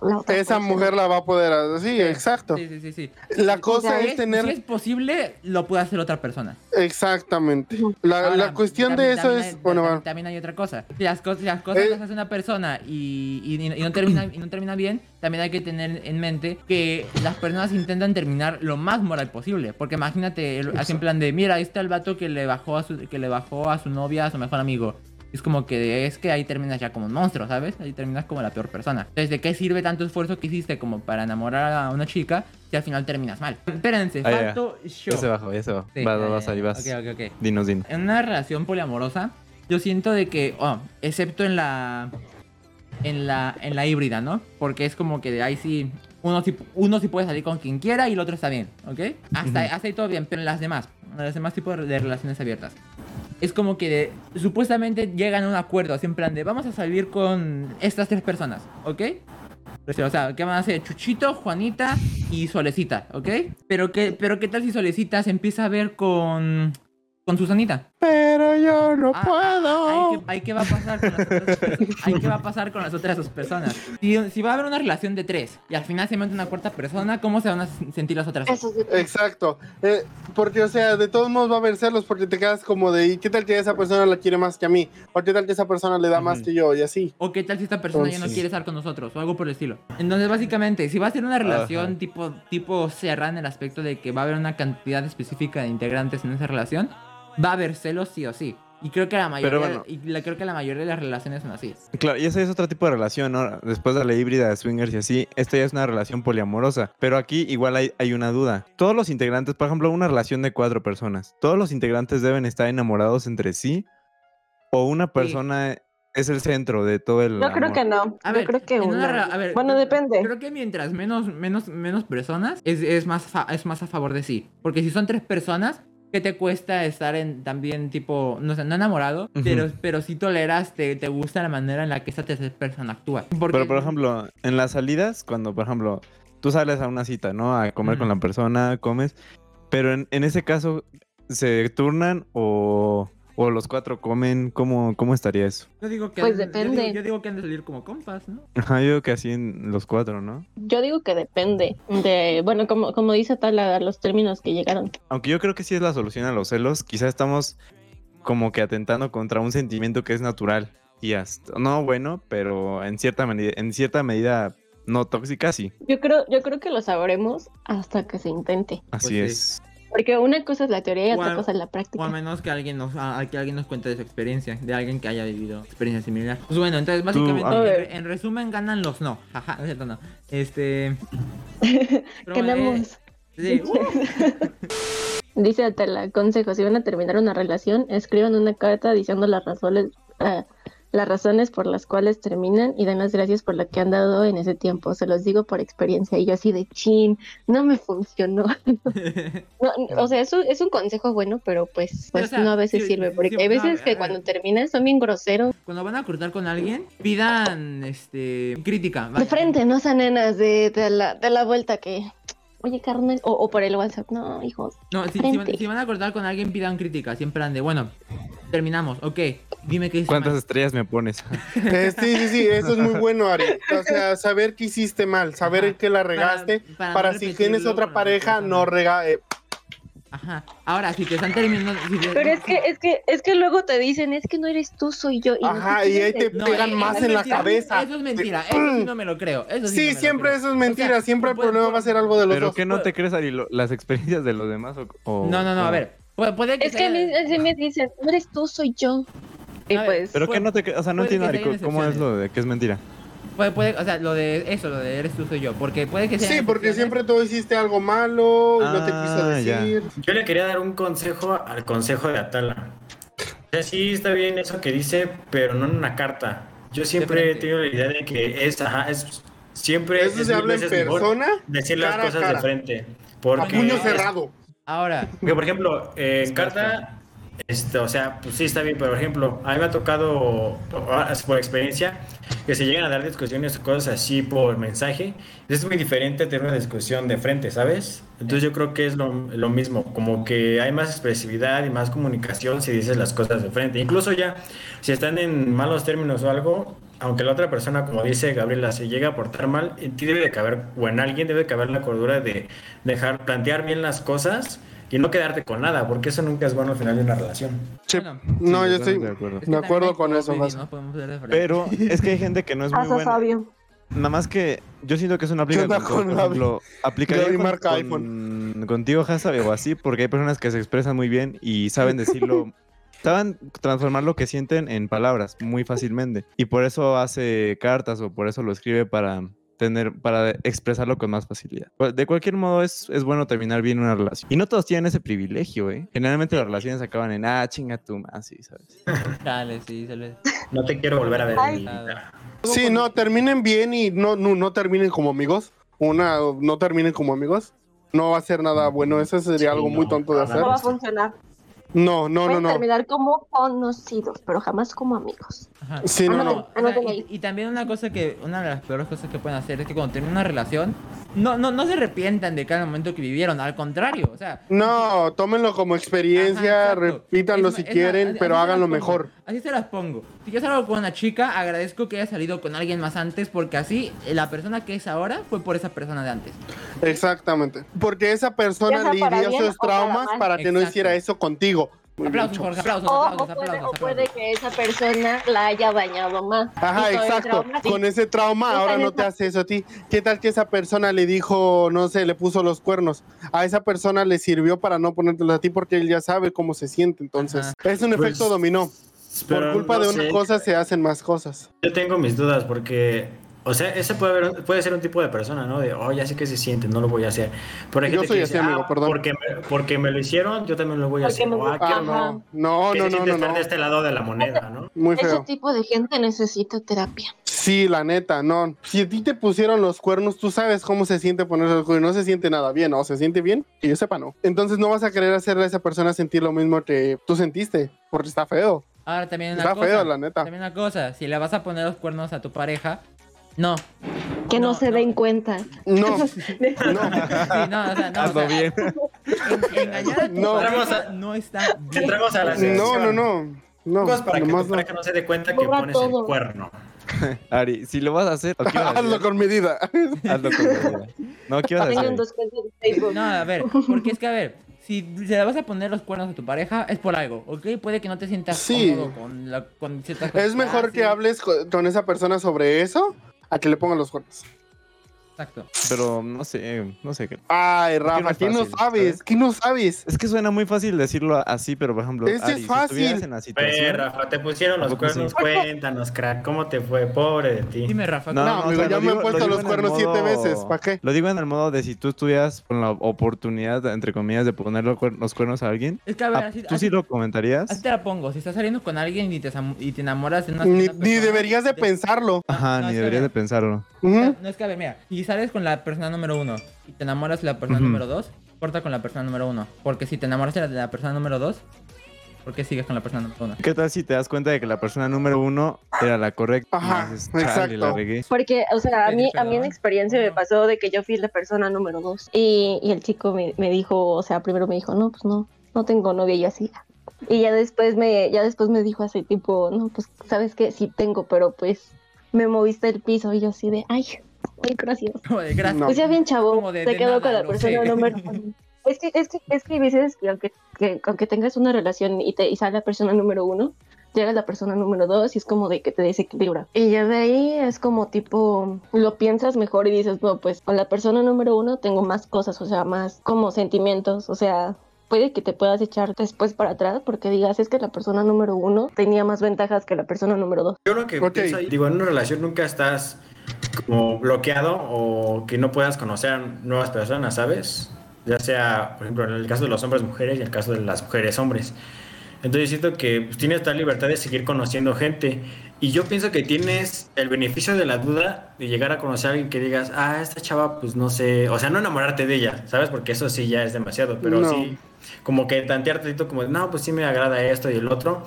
[SPEAKER 2] la otra
[SPEAKER 6] Esa
[SPEAKER 2] persona-
[SPEAKER 6] mujer la va a poder hacer, sí, exacto.
[SPEAKER 1] Sí, sí, sí. sí.
[SPEAKER 6] La
[SPEAKER 1] O
[SPEAKER 6] cosa
[SPEAKER 1] sea,
[SPEAKER 6] es tener...
[SPEAKER 1] Si ¿eh? es posible, lo puede hacer otra persona.
[SPEAKER 6] Exactamente. La,
[SPEAKER 1] Ahora,
[SPEAKER 6] la cuestión
[SPEAKER 1] también-
[SPEAKER 6] de eso
[SPEAKER 1] también
[SPEAKER 6] es...
[SPEAKER 1] hay-
[SPEAKER 6] bueno,
[SPEAKER 1] también,
[SPEAKER 6] va.
[SPEAKER 1] también hay otra cosa. Si las, cos- si las cosas
[SPEAKER 6] Eh.
[SPEAKER 1] las hace una persona y, y- y no termina, y no termina bien, también hay que tener en mente que las personas intentan terminar lo más moral posible. Porque imagínate, el- así en plan de, mira, ahí está el vato que le bajó a su, que le bajó a su novia, a su mejor amigo. Es como que es que ahí terminas ya como un monstruo, ¿sabes? Ahí terminas como la peor persona. Entonces, ¿de qué sirve tanto esfuerzo que hiciste como para enamorar a una chica si al final terminas mal? Espérense,
[SPEAKER 5] Ah, ya.
[SPEAKER 1] falto yo.
[SPEAKER 5] Ya se bajó, ya se bajó.
[SPEAKER 1] Sí,
[SPEAKER 5] va,
[SPEAKER 1] ya,
[SPEAKER 5] va,
[SPEAKER 1] ya,
[SPEAKER 5] vas,
[SPEAKER 1] ya.
[SPEAKER 5] ahí vas.
[SPEAKER 1] Ok, ok, ok
[SPEAKER 5] Dinos, dinos.
[SPEAKER 1] en una relación poliamorosa, yo siento de que, oh, excepto en la en la en la híbrida, ¿no? Porque es como que de ahí sí uno sí uno sí puede salir con quien quiera y el otro está bien, ¿ok? Hasta,
[SPEAKER 5] Ujú.
[SPEAKER 1] hasta ahí todo bien, pero en las demás, en los demás tipos de- de relaciones abiertas. Es como que de- supuestamente llegan a un acuerdo, así en plan de vamos a salir con estas tres personas, ¿ok? O sea, O sea, ¿qué van a hacer? Chuchito, Juanita y Solecita, ¿ok? Pero qué, pero qué tal si Solecita se empieza a ver con con Susanita.
[SPEAKER 5] Pero yo no
[SPEAKER 1] Ah,
[SPEAKER 5] puedo.
[SPEAKER 1] Ahí, qué- ahí qué va a pasar con las otras ahí qué va a pasar con las otras dos personas. Si, si va a haber una relación de tres y al final se mete una cuarta persona, ¿cómo se van a s- sentir las otras? dos?
[SPEAKER 2] Eso es de-
[SPEAKER 6] Exacto. Eh, porque, o sea, de todos modos va a haber celos porque te quedas como de, ¿y qué tal que esa persona la quiere más que a mí? ¿O qué tal que esa persona le da más
[SPEAKER 5] Ujú.
[SPEAKER 6] que yo? Y así.
[SPEAKER 1] ¿O qué tal si esta persona ya no
[SPEAKER 6] Entonces-
[SPEAKER 1] quiere estar con nosotros? O algo por el estilo. Entonces, básicamente, si va a ser una relación
[SPEAKER 5] Ajá.
[SPEAKER 1] tipo, tipo cerrada en el aspecto de que va a haber una cantidad específica de integrantes en esa relación, va a haber celos sí o sí. Y creo que la mayoría,
[SPEAKER 5] Pero bueno.
[SPEAKER 1] y la- creo que la mayoría de las relaciones son así.
[SPEAKER 5] Claro, y ese es otro tipo de relación, ¿no? Después de la híbrida de swingers y así, esta ya es una relación poliamorosa. Pero aquí igual hay, hay una duda. Todos los integrantes, por ejemplo, una relación de cuatro personas, ¿todos los integrantes deben estar enamorados entre sí? ¿O una persona es el centro de todo el.?
[SPEAKER 2] Yo creo
[SPEAKER 5] amor?
[SPEAKER 2] que no.
[SPEAKER 1] A
[SPEAKER 2] Yo
[SPEAKER 1] ver,
[SPEAKER 2] creo que
[SPEAKER 1] en una
[SPEAKER 2] una.
[SPEAKER 1] ra- a ver,
[SPEAKER 2] bueno,
[SPEAKER 1] yo-
[SPEAKER 2] depende.
[SPEAKER 1] Creo que mientras menos, menos, menos personas, es, es más fa- es más a favor de sí. Porque si son tres personas, ¿qué te cuesta estar en también tipo, no sé, no enamorado,
[SPEAKER 5] Ujú.
[SPEAKER 1] pero, pero si toleras, te, te gusta la manera en la que esa tercera persona actúa? Porque-
[SPEAKER 5] Pero, por ejemplo, en las salidas, cuando, por ejemplo, tú sales a una cita, ¿no? A comer con
[SPEAKER 1] Ujú.
[SPEAKER 5] la persona, comes. Pero en, en ese caso, ¿se turnan o, o los cuatro comen? ¿Cómo, cómo estaría eso?
[SPEAKER 1] Yo digo que
[SPEAKER 2] Pues
[SPEAKER 1] han- yo digo- Yo
[SPEAKER 2] depende.
[SPEAKER 1] digo, que han de salir como compas, ¿no?
[SPEAKER 5] Ajá, yo creo que así en los cuatro, ¿no?
[SPEAKER 2] Yo digo que depende de, bueno, como, como dice Tala, los términos que llegaron.
[SPEAKER 5] Aunque yo creo que sí es la solución a los celos, quizás estamos como que atentando contra un sentimiento que es natural y hasta, no bueno, pero en cierta medida, en cierta medida no tóxica, sí.
[SPEAKER 2] Yo creo, yo creo que lo sabremos hasta que se intente.
[SPEAKER 5] Así
[SPEAKER 1] Pues sí.
[SPEAKER 5] es.
[SPEAKER 2] Porque una cosa es la teoría y
[SPEAKER 1] O a-
[SPEAKER 2] otra cosa es la
[SPEAKER 1] O a
[SPEAKER 2] práctica.
[SPEAKER 1] menos que alguien nos, a- a que alguien nos cuente de su experiencia, de alguien que haya vivido experiencia similar. Pues bueno, entonces básicamente,
[SPEAKER 5] a
[SPEAKER 2] ver.
[SPEAKER 1] en, en resumen, ganan los no. Jaja, no es cierto, no. Este. pero bueno, eh,
[SPEAKER 2] Quedamos.
[SPEAKER 1] sí, uh,
[SPEAKER 2] Dice Atala, consejo, si van a terminar una relación, escriban una carta diciendo las razones, ah, las razones por las cuales terminan y den las gracias por lo que han dado en ese tiempo. Se los digo por experiencia. Y yo así de chin, no me funcionó. No, o sea, eso es un consejo bueno, pero pues, pues
[SPEAKER 1] o sea,
[SPEAKER 2] no a veces
[SPEAKER 1] sí,
[SPEAKER 2] sirve,
[SPEAKER 1] sí,
[SPEAKER 2] porque hay
[SPEAKER 1] no, a
[SPEAKER 2] veces
[SPEAKER 1] ver, a
[SPEAKER 2] que
[SPEAKER 1] ver.
[SPEAKER 2] cuando terminas son bien groseros.
[SPEAKER 1] Cuando van a cortar con alguien, pidan este crítica.
[SPEAKER 2] De
[SPEAKER 1] vaya.
[SPEAKER 2] frente, no sean nenas de, de la, de la vuelta que, oye carnal, o, o por el WhatsApp, no, hijos.
[SPEAKER 1] No, si, si
[SPEAKER 2] frente.
[SPEAKER 1] van, si van a cortar con alguien, pidan crítica. Siempre plan de, bueno, terminamos, ok. Dime qué hice
[SPEAKER 5] ¿Cuántas
[SPEAKER 1] mal.
[SPEAKER 5] estrellas me pones?
[SPEAKER 6] Eh, sí, sí, sí, eso es muy bueno, Ari. O sea, saber que hiciste mal, saber
[SPEAKER 1] Ajá.
[SPEAKER 6] que la regaste, para,
[SPEAKER 1] no
[SPEAKER 6] si
[SPEAKER 1] repetirlo
[SPEAKER 6] tienes
[SPEAKER 1] con
[SPEAKER 6] otra
[SPEAKER 1] la
[SPEAKER 6] pareja,
[SPEAKER 1] persona.
[SPEAKER 6] no rega... eh,
[SPEAKER 1] Ajá. Ahora, si te están terminando. si te-
[SPEAKER 2] Pero es que, es que, es que luego te dicen, es que no eres tú, soy yo. no,
[SPEAKER 6] Ajá,
[SPEAKER 2] ¿qué
[SPEAKER 6] y ahí
[SPEAKER 2] quieres
[SPEAKER 6] te pegan
[SPEAKER 1] eh,
[SPEAKER 6] más
[SPEAKER 1] eso es
[SPEAKER 6] en la
[SPEAKER 1] mentira,
[SPEAKER 6] cabeza.
[SPEAKER 1] Eso es mentira, eso sí no me lo creo. Eso sí, no me
[SPEAKER 6] Sí,
[SPEAKER 1] lo
[SPEAKER 6] siempre
[SPEAKER 1] creo.
[SPEAKER 6] eso es
[SPEAKER 1] O
[SPEAKER 6] mentira,
[SPEAKER 1] sea,
[SPEAKER 6] siempre el
[SPEAKER 1] puede-
[SPEAKER 6] problema
[SPEAKER 1] puede-
[SPEAKER 6] va a ser algo de los
[SPEAKER 5] ¿Pero
[SPEAKER 6] dos.
[SPEAKER 5] que no te crees, Ari, lo- las experiencias de los demás? O, o-
[SPEAKER 1] No, no, no, a
[SPEAKER 5] o-
[SPEAKER 1] ver. Puede, puede que
[SPEAKER 2] Es que a
[SPEAKER 1] se
[SPEAKER 2] mí
[SPEAKER 1] haya-
[SPEAKER 2] se me dicen, no eres tú, soy yo. Y
[SPEAKER 1] A ver,
[SPEAKER 2] pues,
[SPEAKER 5] Pero
[SPEAKER 1] Puede-
[SPEAKER 5] que no te crees, o sea, no
[SPEAKER 1] puede
[SPEAKER 5] entiendo,
[SPEAKER 1] que
[SPEAKER 5] Ari,
[SPEAKER 1] se hayan
[SPEAKER 5] ¿cómo es lo de que es mentira?
[SPEAKER 1] puede- puede- o sea, lo de eso, lo de eres tú, soy yo. Porque puede que sea.
[SPEAKER 6] Sí, porque siempre tú hiciste algo malo, no te quiso
[SPEAKER 5] Ah, ya.
[SPEAKER 6] decir.
[SPEAKER 3] Yo le quería dar un consejo al consejo de Atala. O sea, sí está bien eso que dice, pero no en una carta. Yo siempre he
[SPEAKER 1] frente.
[SPEAKER 3] tenido la idea de que es, ajá, es siempre
[SPEAKER 6] Eso
[SPEAKER 3] es
[SPEAKER 6] se
[SPEAKER 3] mil
[SPEAKER 6] habla en
[SPEAKER 3] veces mejor
[SPEAKER 6] persona,
[SPEAKER 3] decir las
[SPEAKER 6] cara a
[SPEAKER 3] cosas
[SPEAKER 6] cara.
[SPEAKER 3] de frente.
[SPEAKER 6] a
[SPEAKER 3] Porque
[SPEAKER 6] puño
[SPEAKER 3] es-
[SPEAKER 6] cerrado.
[SPEAKER 1] Ahora,
[SPEAKER 3] Porque, por ejemplo, eh, en
[SPEAKER 1] Espera,
[SPEAKER 3] carta, este, o sea, pues sí está bien, pero por ejemplo, a mí me ha tocado, ah, por experiencia, que se llegan a dar discusiones o cosas así por mensaje. Es muy diferente tener una discusión de frente, ¿sabes? Entonces yo creo que es lo, lo mismo, como que hay más expresividad y más comunicación si dices las cosas de frente. Incluso ya, si están en malos términos o algo, aunque la otra persona, como dice Gabriela, se llega a portar mal, en ti debe de caber, o en alguien debe de caber la cordura de dejar, plantear bien las cosas y no quedarte con nada, porque eso nunca es bueno al final de una relación.
[SPEAKER 6] Sí.
[SPEAKER 1] bueno,
[SPEAKER 6] No,
[SPEAKER 5] Sí, totalmente
[SPEAKER 6] yo estoy
[SPEAKER 5] de acuerdo.
[SPEAKER 1] es que
[SPEAKER 6] de acuerdo
[SPEAKER 1] también hay
[SPEAKER 6] con eso,
[SPEAKER 1] COVID,
[SPEAKER 6] Gus.
[SPEAKER 1] No podemos ser de frente.
[SPEAKER 5] Pero es que hay gente que no es muy
[SPEAKER 2] pasa
[SPEAKER 5] buena.
[SPEAKER 2] sabio.
[SPEAKER 5] Nada más que yo siento que eso no aplica
[SPEAKER 6] ¿Qué onda
[SPEAKER 5] con, todos,
[SPEAKER 6] con
[SPEAKER 5] por
[SPEAKER 6] Gaby?
[SPEAKER 5] ejemplo, aplicaría
[SPEAKER 6] Gaby
[SPEAKER 5] con-
[SPEAKER 6] marca
[SPEAKER 5] con- contigo, Hasabe, o así, porque hay personas que se expresan muy bien y saben decirlo, saben transformar lo que sienten en palabras muy fácilmente. Y por eso hace cartas o por eso lo escribe para tener, para expresarlo con más facilidad. Pues, De cualquier modo, es, es bueno terminar bien una relación. Y no todos tienen ese privilegio, ¿eh? Generalmente las relaciones acaban en, ah, chinga tú, así, ¿sabes?
[SPEAKER 1] Dale, sí, se le.
[SPEAKER 3] No te quiero volver a ver.
[SPEAKER 2] Ay.
[SPEAKER 3] en mi vida.
[SPEAKER 6] Sí, no, terminen bien y no, no, no terminen como amigos. Una, no terminen como amigos. No va a ser nada bueno, eso sería
[SPEAKER 3] Sí,
[SPEAKER 6] algo
[SPEAKER 3] no,
[SPEAKER 6] muy tonto de
[SPEAKER 3] nada.
[SPEAKER 6] hacer.
[SPEAKER 2] No va a funcionar.
[SPEAKER 6] No, no, no,
[SPEAKER 2] Pueden
[SPEAKER 6] no.
[SPEAKER 2] terminar como conocidos, pero jamás como amigos.
[SPEAKER 1] Ajá.
[SPEAKER 6] Sí, no,
[SPEAKER 2] Ah,
[SPEAKER 6] no.
[SPEAKER 1] O sea,
[SPEAKER 2] Anótalo
[SPEAKER 1] y,
[SPEAKER 2] ahí.
[SPEAKER 1] y también una cosa que, una de las peores cosas que pueden hacer es que cuando terminan una relación, no, no, no se arrepientan de cada momento que vivieron, al contrario, o sea,
[SPEAKER 6] No, tómenlo como experiencia,
[SPEAKER 1] Ajá, exacto.
[SPEAKER 6] repítanlo
[SPEAKER 1] Es
[SPEAKER 6] si
[SPEAKER 1] ma- es
[SPEAKER 6] quieren,
[SPEAKER 1] más, así-
[SPEAKER 6] pero
[SPEAKER 1] así se
[SPEAKER 6] háganlo
[SPEAKER 1] las pongo.
[SPEAKER 6] mejor.
[SPEAKER 1] Así se las pongo. Si yo salgo con una chica, agradezco que haya salido con alguien más antes, porque así eh, la persona que es ahora fue por esa persona de antes.
[SPEAKER 6] Exactamente. Porque esa
[SPEAKER 2] Ya
[SPEAKER 6] persona
[SPEAKER 2] sea para
[SPEAKER 6] lidió
[SPEAKER 2] bien
[SPEAKER 6] sus
[SPEAKER 2] o para
[SPEAKER 6] traumas
[SPEAKER 2] mal.
[SPEAKER 6] para que no
[SPEAKER 1] Exacto.
[SPEAKER 6] hiciera eso contigo. Muy bien,
[SPEAKER 1] Aplausos,
[SPEAKER 6] Choco.
[SPEAKER 1] Jorge, aplausos,
[SPEAKER 2] O, o
[SPEAKER 1] aplausos,
[SPEAKER 2] puede,
[SPEAKER 1] aplausos,
[SPEAKER 2] o puede
[SPEAKER 1] aplausos.
[SPEAKER 2] que esa persona la haya bañado más.
[SPEAKER 6] Ajá,
[SPEAKER 2] Y todo el
[SPEAKER 6] exacto.
[SPEAKER 2] trauma, sí.
[SPEAKER 6] Con ese trauma
[SPEAKER 2] Esa
[SPEAKER 6] ahora
[SPEAKER 2] es
[SPEAKER 6] no te
[SPEAKER 2] la-
[SPEAKER 6] hace eso a ti. ¿Qué tal que esa persona le dijo, no sé, le puso los cuernos? A esa persona le sirvió para no ponértelos a ti porque él ya sabe cómo se siente. Entonces, es un
[SPEAKER 3] Pues,
[SPEAKER 6] efecto dominó. Por
[SPEAKER 3] Pero
[SPEAKER 6] culpa
[SPEAKER 3] no
[SPEAKER 6] de una
[SPEAKER 3] sé,
[SPEAKER 6] cosa se hacen más cosas.
[SPEAKER 3] Yo tengo mis dudas porque, o sea, ese puede, haber- puede ser un tipo de persona, ¿no? De, oh, ya sé que se siente, no lo voy a hacer. Pero hay
[SPEAKER 6] Yo
[SPEAKER 3] gente
[SPEAKER 6] soy
[SPEAKER 3] que
[SPEAKER 6] así,
[SPEAKER 3] dice,
[SPEAKER 6] amigo,
[SPEAKER 3] ah,
[SPEAKER 6] perdón.
[SPEAKER 3] Porque me, porque me lo hicieron, yo también lo voy a
[SPEAKER 2] Porque
[SPEAKER 3] hacer.
[SPEAKER 2] me
[SPEAKER 3] O, ah,
[SPEAKER 2] gusta.
[SPEAKER 3] qué
[SPEAKER 6] Ah,
[SPEAKER 2] Ajá.
[SPEAKER 6] no, no,
[SPEAKER 3] que
[SPEAKER 6] no,
[SPEAKER 3] se
[SPEAKER 6] no,
[SPEAKER 3] siente
[SPEAKER 6] no,
[SPEAKER 3] estar
[SPEAKER 6] no.
[SPEAKER 3] de este lado de la moneda, ¿no?
[SPEAKER 6] Muy
[SPEAKER 2] Ese
[SPEAKER 6] feo.
[SPEAKER 2] tipo de gente necesita terapia.
[SPEAKER 6] Sí, la neta, no. Si a ti te pusieron los cuernos, tú sabes cómo se siente ponerse los cuernos. No se siente nada bien, o se siente bien, que yo sepa, no. Entonces no vas a querer hacerle a esa persona sentir lo mismo que tú sentiste, porque está feo.
[SPEAKER 1] Ahora también una
[SPEAKER 6] Está
[SPEAKER 1] cosa,
[SPEAKER 6] feo, la neta.
[SPEAKER 1] también una cosa, si le vas a poner los cuernos a tu pareja, no,
[SPEAKER 2] Que no,
[SPEAKER 1] No,
[SPEAKER 2] se
[SPEAKER 1] no.
[SPEAKER 2] den cuenta.
[SPEAKER 6] No, no.
[SPEAKER 1] Sí, no, o sea, no, o
[SPEAKER 5] Hazlo
[SPEAKER 1] sea,
[SPEAKER 5] bien.
[SPEAKER 1] en- engañar a tu
[SPEAKER 6] No.
[SPEAKER 1] pareja no está bien.
[SPEAKER 3] Entramos a la
[SPEAKER 6] No, no,
[SPEAKER 3] sección.
[SPEAKER 6] no. No,
[SPEAKER 3] Cosas para que
[SPEAKER 6] nomás
[SPEAKER 3] tu
[SPEAKER 6] no.
[SPEAKER 3] pareja no se dé cuenta que
[SPEAKER 2] Borra
[SPEAKER 3] pones
[SPEAKER 2] todo.
[SPEAKER 3] el cuerno.
[SPEAKER 5] Ari, si lo vas a hacer, ¿o qué ibas a
[SPEAKER 6] Hazlo
[SPEAKER 5] hacer?
[SPEAKER 6] con medida.
[SPEAKER 5] Hazlo con medida. No, ¿qué ibas a
[SPEAKER 2] Tengan
[SPEAKER 5] hacer?
[SPEAKER 2] dos cuentas de Facebook.
[SPEAKER 1] No, a ver, porque es que a ver, si le vas a poner los cuernos a tu pareja, es por algo, ¿ok? Puede que no te sientas
[SPEAKER 6] Sí.
[SPEAKER 1] cómodo con, la, con ciertas cosas Ah,
[SPEAKER 6] Es mejor que
[SPEAKER 1] haces.
[SPEAKER 6] hables co- con esa persona sobre eso a que le pongan los cuernos.
[SPEAKER 1] Exacto.
[SPEAKER 5] Pero no sé, no sé qué.
[SPEAKER 6] Ay,
[SPEAKER 5] no
[SPEAKER 6] Rafa,
[SPEAKER 5] es
[SPEAKER 6] ¿qué no
[SPEAKER 5] fácil,
[SPEAKER 6] sabes?
[SPEAKER 5] ¿sabes?
[SPEAKER 6] ¿Qué no sabes?
[SPEAKER 5] Es que suena muy fácil decirlo así, pero por ejemplo,
[SPEAKER 6] Es que es
[SPEAKER 5] Ari,
[SPEAKER 6] fácil.
[SPEAKER 5] si estuvieras en la
[SPEAKER 6] Pues
[SPEAKER 5] situación...
[SPEAKER 3] Oye, Rafa, te pusieron los
[SPEAKER 5] Tampoco sí.
[SPEAKER 3] cuernos, cuéntanos, crack, ¿cómo te fue? Pobre de ti.
[SPEAKER 1] Dime, Rafa,
[SPEAKER 6] No,
[SPEAKER 1] ¿cómo-
[SPEAKER 6] amigo,
[SPEAKER 5] o sea,
[SPEAKER 6] ya
[SPEAKER 5] lo
[SPEAKER 6] me he
[SPEAKER 5] lo
[SPEAKER 6] puesto los
[SPEAKER 5] en el
[SPEAKER 6] cuernos siete veces, ¿pa' qué?
[SPEAKER 5] Lo digo en el modo de si tú estuvieras con la oportunidad, entre comillas, de poner los cuer- los cuernos a alguien.
[SPEAKER 1] Es que a ver,
[SPEAKER 5] ah,
[SPEAKER 1] así,
[SPEAKER 5] ¿Tú
[SPEAKER 1] así-
[SPEAKER 5] sí lo
[SPEAKER 1] así
[SPEAKER 5] comentarías?
[SPEAKER 1] te la pongo. Si estás saliendo con alguien y te, sam- y te enamoras de una
[SPEAKER 6] Ni,
[SPEAKER 1] segunda
[SPEAKER 6] ni
[SPEAKER 1] persona,
[SPEAKER 6] deberías de
[SPEAKER 1] te-
[SPEAKER 6] pensarlo.
[SPEAKER 1] no,
[SPEAKER 5] Ajá,
[SPEAKER 1] no,
[SPEAKER 5] ni
[SPEAKER 1] es que
[SPEAKER 5] deberías de
[SPEAKER 1] mira,
[SPEAKER 5] pensarlo.
[SPEAKER 6] Ujú.
[SPEAKER 1] No, es que a ver, mira, si sales con la persona número uno y te enamoras de la persona
[SPEAKER 5] Ujú.
[SPEAKER 1] número dos, corta con la persona número uno. Porque si te enamoras de la, de la persona número dos, ¿por qué sigues con la persona número uno?
[SPEAKER 5] ¿Qué tal si te das cuenta de que la persona número uno era la correcta?
[SPEAKER 6] Ajá,
[SPEAKER 5] Y dices, "Chale, la
[SPEAKER 6] exacto.
[SPEAKER 5] regué".
[SPEAKER 2] Porque, o sea, a
[SPEAKER 1] Pero,
[SPEAKER 2] mí, a mí en
[SPEAKER 1] perdón.
[SPEAKER 2] experiencia me pasó de que yo fui la persona número dos. Y, y el chico me, me dijo, o sea, primero me dijo, no, pues no, no tengo novia y yo así. "Ah". Y ya después me, ya después me dijo así tipo, no, pues sabes que sí tengo, pero pues me moviste el piso y yo así de, ay, ay, gracias.
[SPEAKER 1] Como de, gracias.
[SPEAKER 6] No.
[SPEAKER 2] Pues ya bien, chavo,
[SPEAKER 1] Como de-
[SPEAKER 2] se
[SPEAKER 1] de
[SPEAKER 2] quedó
[SPEAKER 1] nada,
[SPEAKER 2] con la
[SPEAKER 1] lo
[SPEAKER 2] persona
[SPEAKER 1] sé.
[SPEAKER 2] número uno. Es que, es que, es que hay veces que aunque, que aunque tengas una relación y te y sale la persona número uno, llega la persona número dos y es como de que te desequilibra. Y ya de ahí es como tipo, lo piensas mejor y dices, no, pues con la persona número uno tengo más cosas, o sea, más como sentimientos, o sea... Puede que te puedas echar después para atrás porque digas es que la persona número uno tenía más ventajas que la persona número dos.
[SPEAKER 3] Yo lo que
[SPEAKER 6] Ok.
[SPEAKER 3] pienso, digo, en una relación nunca estás como bloqueado o que no puedas conocer a nuevas personas, ¿sabes? Ya sea, por ejemplo, en el caso de los hombres mujeres y en el caso de las mujeres hombres. Entonces siento que pues, tienes tal libertad de seguir conociendo gente y yo pienso que tienes el beneficio de la duda de llegar a conocer a alguien que digas, ah, esta chava, pues no sé, o sea, no enamorarte de ella, ¿sabes? Porque eso sí ya es demasiado, pero
[SPEAKER 6] No.
[SPEAKER 3] sí, como que tantearte tantito como, no, pues sí me agrada esto y el otro,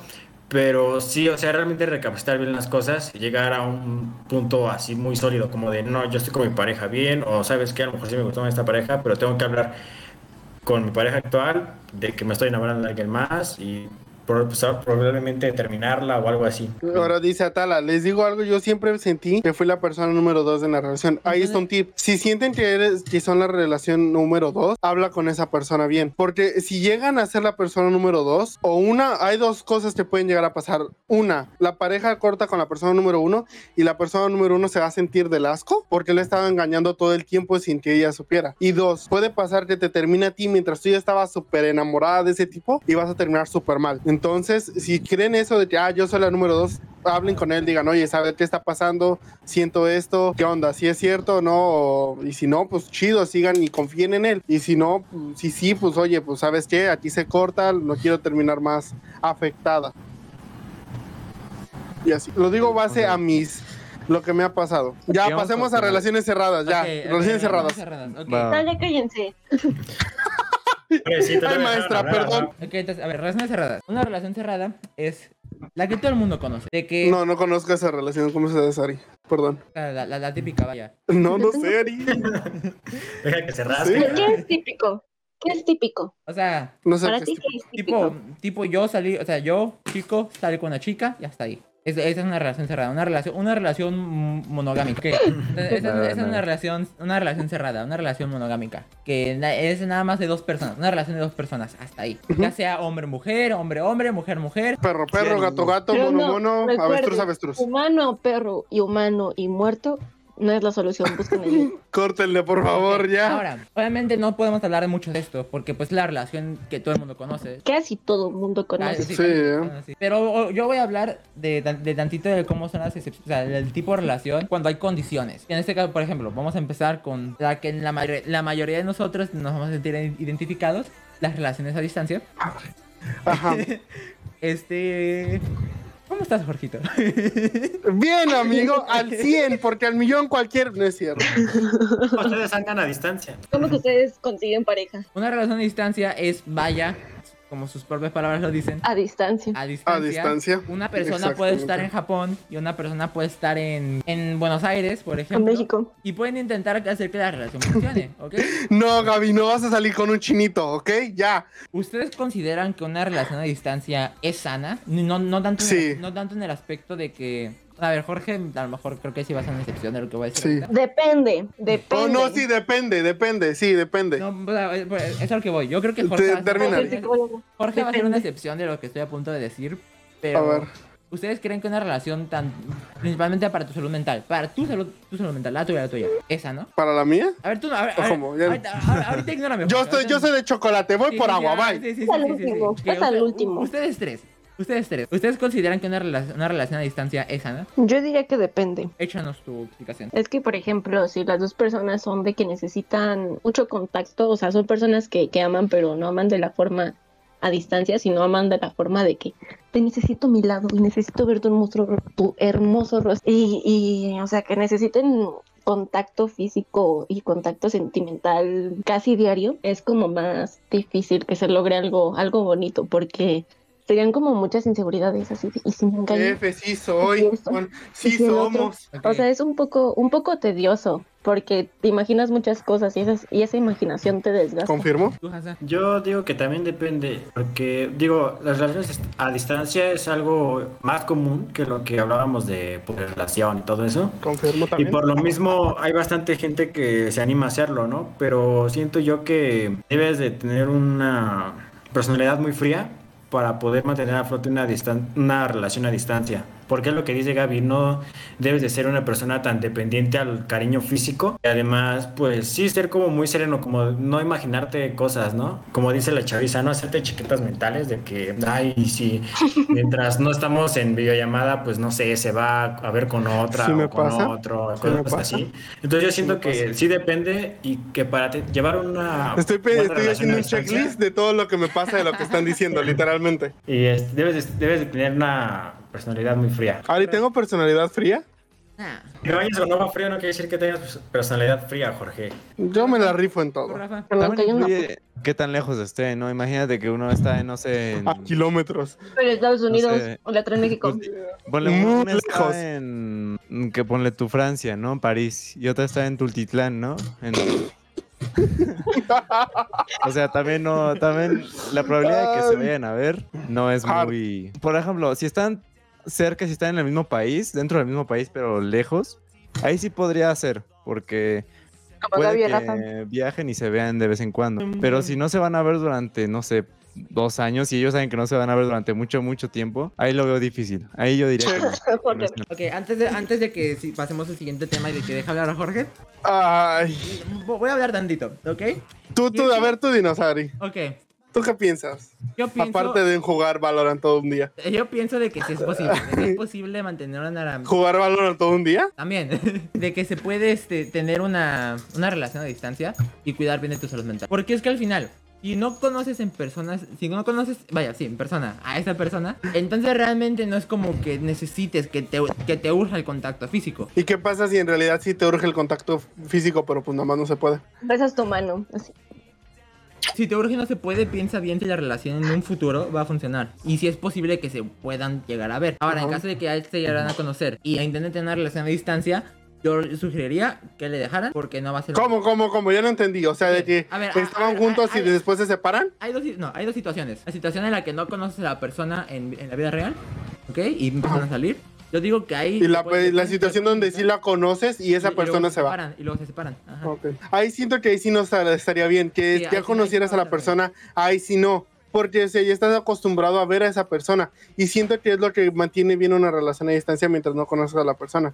[SPEAKER 3] pero sí, o sea, realmente recapacitar bien las cosas y llegar a un punto así muy sólido, como de, no, yo estoy con mi pareja bien, o sabes que a lo mejor sí me gustó esta pareja, pero tengo que hablar con mi pareja actual de que me estoy enamorando de alguien más y por- pues, probablemente terminarla o algo así.
[SPEAKER 6] Ahora dice Atala, les digo algo, yo siempre sentí que fui la persona número dos en la relación. Ahí está un tip. Si sienten que, eres, que son la relación número dos, habla con esa persona bien. Porque si llegan a ser la persona número dos, o una, hay dos cosas que pueden llegar a pasar. Una, la pareja corta con la persona número uno y la persona número uno se va a sentir del asco porque le estaba engañando todo el tiempo sin que ella supiera. Y dos, puede pasar que te termine a ti mientras tú ya estabas súper enamorada de ese tipo y vas a terminar súper mal. Entonces, si creen eso de que, ah, yo soy la número dos, hablen con él, digan, oye, ¿sabes qué está pasando? Siento esto, ¿qué onda? ¿Si es cierto o no? O- Y si no, pues chido, sigan y confíen en él. Y si no, pues, si sí, pues oye, pues sabes qué, aquí se corta, no quiero terminar más afectada. Y así, lo digo base a mis... Lo que me ha pasado. Ya
[SPEAKER 5] Digamos,
[SPEAKER 6] pasemos a
[SPEAKER 5] como-
[SPEAKER 6] relaciones cerradas, ya.
[SPEAKER 1] Ok, ok,
[SPEAKER 6] Ah. relaciones cerradas.
[SPEAKER 1] ok,
[SPEAKER 5] Va.
[SPEAKER 2] No, ya cállense.
[SPEAKER 3] Pobrecito, Pues, no
[SPEAKER 6] Ay,
[SPEAKER 3] me dejaron
[SPEAKER 6] maestra,
[SPEAKER 3] hablar,
[SPEAKER 6] perdón.
[SPEAKER 3] ¿no?
[SPEAKER 1] Ok, entonces, a ver, relaciones cerradas. Una relación cerrada es la que todo el mundo conoce. De que
[SPEAKER 6] No, no conozco esa relación. ¿Cómo se da, Ari? Perdón.
[SPEAKER 1] la, la- la- la típica vaya.
[SPEAKER 6] No, no sé, Ari.
[SPEAKER 3] Deja que se
[SPEAKER 6] Sí.
[SPEAKER 3] rasque.
[SPEAKER 2] ¿Qué es típico? ¿Qué es típico?
[SPEAKER 1] O sea,
[SPEAKER 6] No sé.
[SPEAKER 2] Para
[SPEAKER 6] qué
[SPEAKER 2] ti,
[SPEAKER 6] es
[SPEAKER 2] ¿qué es
[SPEAKER 1] tipo,
[SPEAKER 2] típico?
[SPEAKER 1] tipo yo salí, o sea, yo, chico, salí con una chica y hasta ahí. Es- esa es una relación cerrada, una relación, una relación mm, monogámica. Ok, entonces, Esa,
[SPEAKER 5] No,
[SPEAKER 1] esa es
[SPEAKER 5] no.
[SPEAKER 1] una relación, una relación cerrada, una relación monogámica. Que na- es nada más de dos personas, una relación de dos personas, hasta ahí. Ya sea hombre-mujer, hombre-hombre, mujer-mujer.
[SPEAKER 6] Perro, perro,
[SPEAKER 3] Sí,
[SPEAKER 6] gato, gato,
[SPEAKER 2] Pero
[SPEAKER 6] mono,
[SPEAKER 2] no,
[SPEAKER 6] mono,
[SPEAKER 2] recuerden,
[SPEAKER 6] avestruz, avestruz.
[SPEAKER 2] Humano, perro y humano y muerto no es la solución. Busquen el
[SPEAKER 6] Córtenle, por favor, ya.
[SPEAKER 1] Ahora, obviamente no podemos hablar de mucho de esto, porque pues la relación que todo el mundo conoce.
[SPEAKER 2] Casi todo el mundo
[SPEAKER 1] Ah,
[SPEAKER 2] conoce.
[SPEAKER 1] sí,
[SPEAKER 6] Sí,
[SPEAKER 1] también,
[SPEAKER 6] ¿eh?
[SPEAKER 1] bueno, sí. Pero o, yo voy a hablar de, tan- de tantito de cómo son las excepciones, o sea, del tipo de relación cuando hay condiciones. En este caso, por ejemplo, vamos a empezar con la que en la, mayor- la mayoría de nosotros nos vamos a sentir i- identificados, las relaciones a distancia.
[SPEAKER 6] Ajá.
[SPEAKER 1] Este... ¿Cómo estás, Jorgito?
[SPEAKER 6] Bien, amigo, al 100, porque al millón cualquier. No es cierto.
[SPEAKER 3] Ustedes andan a distancia.
[SPEAKER 2] ¿Cómo que ustedes consiguen pareja?
[SPEAKER 1] Una relación a distancia es, vaya, como sus propias palabras lo dicen,
[SPEAKER 2] A distancia.
[SPEAKER 1] a distancia.
[SPEAKER 6] distancia,
[SPEAKER 1] Una persona puede estar en Japón
[SPEAKER 6] exactamente.
[SPEAKER 1] y una persona puede estar en, en Buenos Aires, por
[SPEAKER 2] En
[SPEAKER 1] ejemplo.
[SPEAKER 2] México.
[SPEAKER 1] Y pueden intentar hacer que la relación funcione, ¿ok?
[SPEAKER 6] No, Gaby, no vas a salir con un chinito, ¿ok? Ya.
[SPEAKER 1] ¿Ustedes consideran que una relación a distancia es sana? No, no, tanto, en
[SPEAKER 6] Sí.
[SPEAKER 1] el, no tanto en el aspecto de que... A ver, Jorge, a lo mejor creo que sí va a ser una excepción de lo que voy a decir.
[SPEAKER 6] Sí.
[SPEAKER 1] ahorita.
[SPEAKER 2] Depende,
[SPEAKER 6] Oh,
[SPEAKER 2] depende.
[SPEAKER 6] no, sí, depende, depende, sí, depende.
[SPEAKER 1] No, o sea, es- es a lo que voy. Yo creo que
[SPEAKER 6] Te-
[SPEAKER 1] Jorge, va a ser-
[SPEAKER 6] termina.
[SPEAKER 2] Soy psicóloga.
[SPEAKER 1] Jorge va a ser una
[SPEAKER 2] Depende.
[SPEAKER 1] excepción de lo que estoy a punto de decir.
[SPEAKER 6] A
[SPEAKER 1] Pero,
[SPEAKER 6] ver.
[SPEAKER 1] ¿ustedes creen que una relación tan... Principalmente para tu salud mental, para tu salud, tu salud mental, la tuya, la tuya, esa, ¿no?
[SPEAKER 6] ¿Para la mía?
[SPEAKER 1] A ver, tú no, a ver, a ver,
[SPEAKER 6] ¿Cómo? Ya-
[SPEAKER 1] ahorita, ahora- ahorita ignórame.
[SPEAKER 6] Yo,
[SPEAKER 1] Jorge,
[SPEAKER 6] estoy,
[SPEAKER 1] ahorita
[SPEAKER 6] yo
[SPEAKER 1] no.
[SPEAKER 6] soy de chocolate, voy
[SPEAKER 1] Sí,
[SPEAKER 6] por
[SPEAKER 1] sí,
[SPEAKER 6] agua,
[SPEAKER 1] ya,
[SPEAKER 6] bye.
[SPEAKER 1] sí, sí,
[SPEAKER 2] Es al
[SPEAKER 1] sí, sí, sí.
[SPEAKER 2] último,
[SPEAKER 1] Que,
[SPEAKER 2] es
[SPEAKER 1] o sea,
[SPEAKER 2] al último.
[SPEAKER 1] Ustedes tres, ustedes tres, ¿ustedes consideran que una, rela- una relación a distancia es sana?
[SPEAKER 2] Yo diría que depende.
[SPEAKER 1] Échanos tu explicación.
[SPEAKER 2] Es que, por ejemplo, si las dos personas son de que necesitan mucho contacto, o sea, son personas que, que aman, pero no aman de la forma a distancia, sino aman de la forma de que te necesito a mi lado y necesito ver tu hermoso, tu hermoso rostro. Y, y, o sea, que necesiten contacto físico y contacto sentimental casi diario, es como más difícil que se logre algo, algo bonito, porque serían como muchas inseguridades así. de, Y si me engañan?
[SPEAKER 6] F, sí soy.
[SPEAKER 2] Sí,
[SPEAKER 6] Juan, Sí
[SPEAKER 2] sí, el otro.
[SPEAKER 6] somos.
[SPEAKER 1] Ok.
[SPEAKER 2] O sea, es un poco, un poco tedioso, porque te imaginas muchas cosas y, esas, y esa imaginación te desgasta.
[SPEAKER 6] ¿Confirmo?
[SPEAKER 1] Tú, Hansa.
[SPEAKER 3] Yo digo que también depende, porque digo, las relaciones a distancia es algo más común que lo que hablábamos de pues, relación y todo eso.
[SPEAKER 6] Confirmo
[SPEAKER 3] Y
[SPEAKER 6] también.
[SPEAKER 3] por lo mismo hay bastante gente que se anima a hacerlo, ¿no? Pero siento yo que debes de tener una personalidad muy fría para poder mantener a flote una, distan- una relación a distancia. Porque es lo que dice Gaby, no debes de ser una persona tan dependiente al cariño físico. Y además, pues sí, ser como muy sereno, como no imaginarte cosas, ¿no? Como dice la chaviza, no hacerte chiquetas mentales de que, ay, sí, mientras no estamos en videollamada, pues no sé, se va a ver con otra
[SPEAKER 6] Sí
[SPEAKER 3] o
[SPEAKER 6] me
[SPEAKER 3] con
[SPEAKER 6] pasa.
[SPEAKER 3] otro,
[SPEAKER 6] Sí me
[SPEAKER 3] cosas
[SPEAKER 6] pasa.
[SPEAKER 3] así. Entonces yo siento
[SPEAKER 6] me
[SPEAKER 3] que sí depende y que para te- llevar una
[SPEAKER 6] Estoy, pe-
[SPEAKER 3] buena
[SPEAKER 6] estoy
[SPEAKER 3] relación
[SPEAKER 6] haciendo
[SPEAKER 3] a
[SPEAKER 6] un
[SPEAKER 3] distancia,
[SPEAKER 6] checklist de todo lo que me pasa de lo que están diciendo, literalmente.
[SPEAKER 3] y este, debes, de- debes de tener una personalidad muy fría.
[SPEAKER 6] Ari, ¿tengo personalidad fría?
[SPEAKER 1] Ah,
[SPEAKER 3] Que vayas con agua fría no quiere decir que tengas pues, personalidad fría, Jorge.
[SPEAKER 6] Yo me la rifo en
[SPEAKER 1] tú,
[SPEAKER 6] todo.
[SPEAKER 1] Rafa.
[SPEAKER 2] Como que hay
[SPEAKER 5] También
[SPEAKER 2] una-
[SPEAKER 5] influye qué tan lejos esté, ¿no? Imagínate que uno está en, no sé, en,
[SPEAKER 6] A kilómetros.
[SPEAKER 2] Pero Estados Unidos,
[SPEAKER 5] sé.
[SPEAKER 2] o la trae en México.
[SPEAKER 5] ponle
[SPEAKER 6] Muy
[SPEAKER 5] uno está
[SPEAKER 6] lejos.
[SPEAKER 5] en- que ponle tu Francia, ¿no? París, y otra está en Tultitlán, ¿no? En- o sea, también no, también la probabilidad de que se vayan a ver no es
[SPEAKER 6] Hard.
[SPEAKER 5] muy. Por ejemplo, si están cerca, si están en el mismo país, dentro del mismo país, pero lejos, ahí sí podría ser, porque
[SPEAKER 2] Como
[SPEAKER 5] puede
[SPEAKER 2] Gaby y
[SPEAKER 5] que
[SPEAKER 2] Rafa.
[SPEAKER 5] viajen y se vean de vez en cuando.
[SPEAKER 6] Mm.
[SPEAKER 5] Pero si no se van a ver durante, no sé, dos años y ellos saben que no se van a ver durante mucho, mucho tiempo, ahí lo veo difícil. Ahí yo diría que no, que no es nada.
[SPEAKER 1] Ok, antes de, antes de que si- pasemos al siguiente tema y de que deje hablar a Jorge,
[SPEAKER 6] Ay.
[SPEAKER 1] vo- voy a hablar tantito, ¿ok?
[SPEAKER 6] Tú, tú, a ver, tú dinos, Ari.
[SPEAKER 1] Ok,
[SPEAKER 6] ¿Tú qué piensas?
[SPEAKER 1] yo pienso...
[SPEAKER 6] Aparte de en jugar Valorant todo un día.
[SPEAKER 1] Yo pienso de que sí es posible, de que es posible mantener una... ra-
[SPEAKER 6] ¿Jugar Valorant todo un día?
[SPEAKER 1] También, de que se puede este, tener una, una relación a distancia y cuidar bien de tu salud mental. Porque es que al final, si no conoces en personas, si no conoces, vaya, sí, en persona, a esa persona, entonces realmente no es como que necesites que te, que te urja el contacto físico.
[SPEAKER 6] ¿Y qué pasa si en realidad sí te urge el contacto físico, pero pues nada más no se puede?
[SPEAKER 2] Besas tu mano. así.
[SPEAKER 1] Si te urge y no se puede, piensa bien si la relación en un futuro va a funcionar. Y si es posible que se puedan llegar a ver. Ahora, en
[SPEAKER 6] Ajá.
[SPEAKER 1] caso de que ya se llegaran a conocer y intenten tener una relación a distancia, yo sugeriría que le dejaran porque no va a ser...
[SPEAKER 6] ¿Cómo, cómo, cómo? Yo no entendí. O sea, de que
[SPEAKER 1] A ver, a-
[SPEAKER 6] estaban
[SPEAKER 1] a-
[SPEAKER 6] juntos
[SPEAKER 1] a-
[SPEAKER 6] y
[SPEAKER 1] a-
[SPEAKER 6] después se separan.
[SPEAKER 1] Hay dos, no, hay dos situaciones. La situación en la que no conoces a la persona en, en la vida real, ¿ok? Y empiezan a salir. Yo digo que ahí...
[SPEAKER 6] Y la,
[SPEAKER 1] pues,
[SPEAKER 6] la situación donde sí la conoces y esa
[SPEAKER 1] y luego
[SPEAKER 6] persona se va.
[SPEAKER 1] separan, y luego se separan. Ajá.
[SPEAKER 6] Ok. Ahí siento que ahí sí no estar- estaría bien, que
[SPEAKER 1] Sí, ahí sí
[SPEAKER 6] ya
[SPEAKER 1] no
[SPEAKER 6] conocieras a la
[SPEAKER 1] está bien.
[SPEAKER 6] persona, ahí sí no, porque o sea, ya estás acostumbrado a ver a esa persona y siento que es lo que mantiene bien una relación a distancia mientras no conoces a la persona.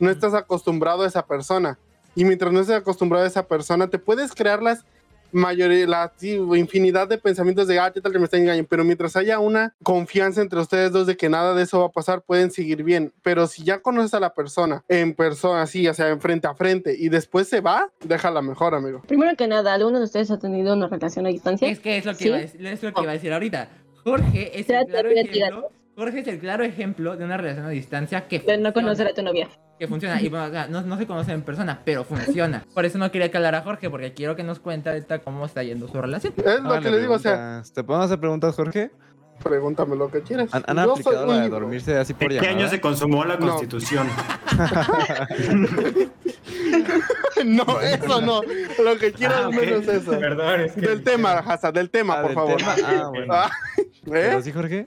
[SPEAKER 6] No estás acostumbrado a esa persona y mientras no estés acostumbrado a esa persona te puedes crear las mayoría, la sí, infinidad de pensamientos de, ah, qué tal que me está engañando, pero mientras haya una confianza entre ustedes dos de que nada de eso va a pasar, pueden seguir bien, pero si ya conoces a la persona en persona, sí, o sea, en frente a frente, y después se va, déjala mejor, amigo.
[SPEAKER 2] Primero que nada, ¿alguno de ustedes ha tenido una relación a distancia?
[SPEAKER 1] Es que es lo que,
[SPEAKER 2] ¿Sí?
[SPEAKER 1] iba, a decir, es lo que iba a decir ahorita. Jorge es
[SPEAKER 2] Ya
[SPEAKER 1] el
[SPEAKER 2] te
[SPEAKER 1] claro
[SPEAKER 2] voy a tirar.
[SPEAKER 1] ejemplo. Jorge es el claro ejemplo de una relación a distancia que
[SPEAKER 2] De no conocer
[SPEAKER 1] funciona,
[SPEAKER 2] a tu novia.
[SPEAKER 1] que funciona. Y bueno, o sea, no, no se conocen en persona, pero funciona. Por eso no quería que hablara Jorge, porque quiero que nos cuente ahorita cómo está yendo su relación.
[SPEAKER 6] Es lo
[SPEAKER 5] Ah,
[SPEAKER 6] que le digo, o sea,
[SPEAKER 5] preguntas. ¿Te podemos hacer preguntas, Jorge?
[SPEAKER 6] pregúntame lo que quieras.
[SPEAKER 5] ¿Han, han
[SPEAKER 6] Yo soy
[SPEAKER 5] aplicado la de
[SPEAKER 6] libre.
[SPEAKER 5] dormirse así por
[SPEAKER 3] ¿En qué año
[SPEAKER 5] llamada?
[SPEAKER 3] se consumó la
[SPEAKER 6] No.
[SPEAKER 3] constitución?
[SPEAKER 6] No, eso no. Lo que quiero
[SPEAKER 3] Ah,
[SPEAKER 6] al
[SPEAKER 3] ok.
[SPEAKER 6] menos eso.
[SPEAKER 3] Perdón, es que-
[SPEAKER 6] Del tema, Hassa, del tema,
[SPEAKER 5] Ah,
[SPEAKER 6] por
[SPEAKER 5] del
[SPEAKER 6] favor.
[SPEAKER 5] tema. Ah, bueno.
[SPEAKER 6] Ah,
[SPEAKER 5] ¿Pero
[SPEAKER 6] ¿Eh?
[SPEAKER 5] sí, Jorge?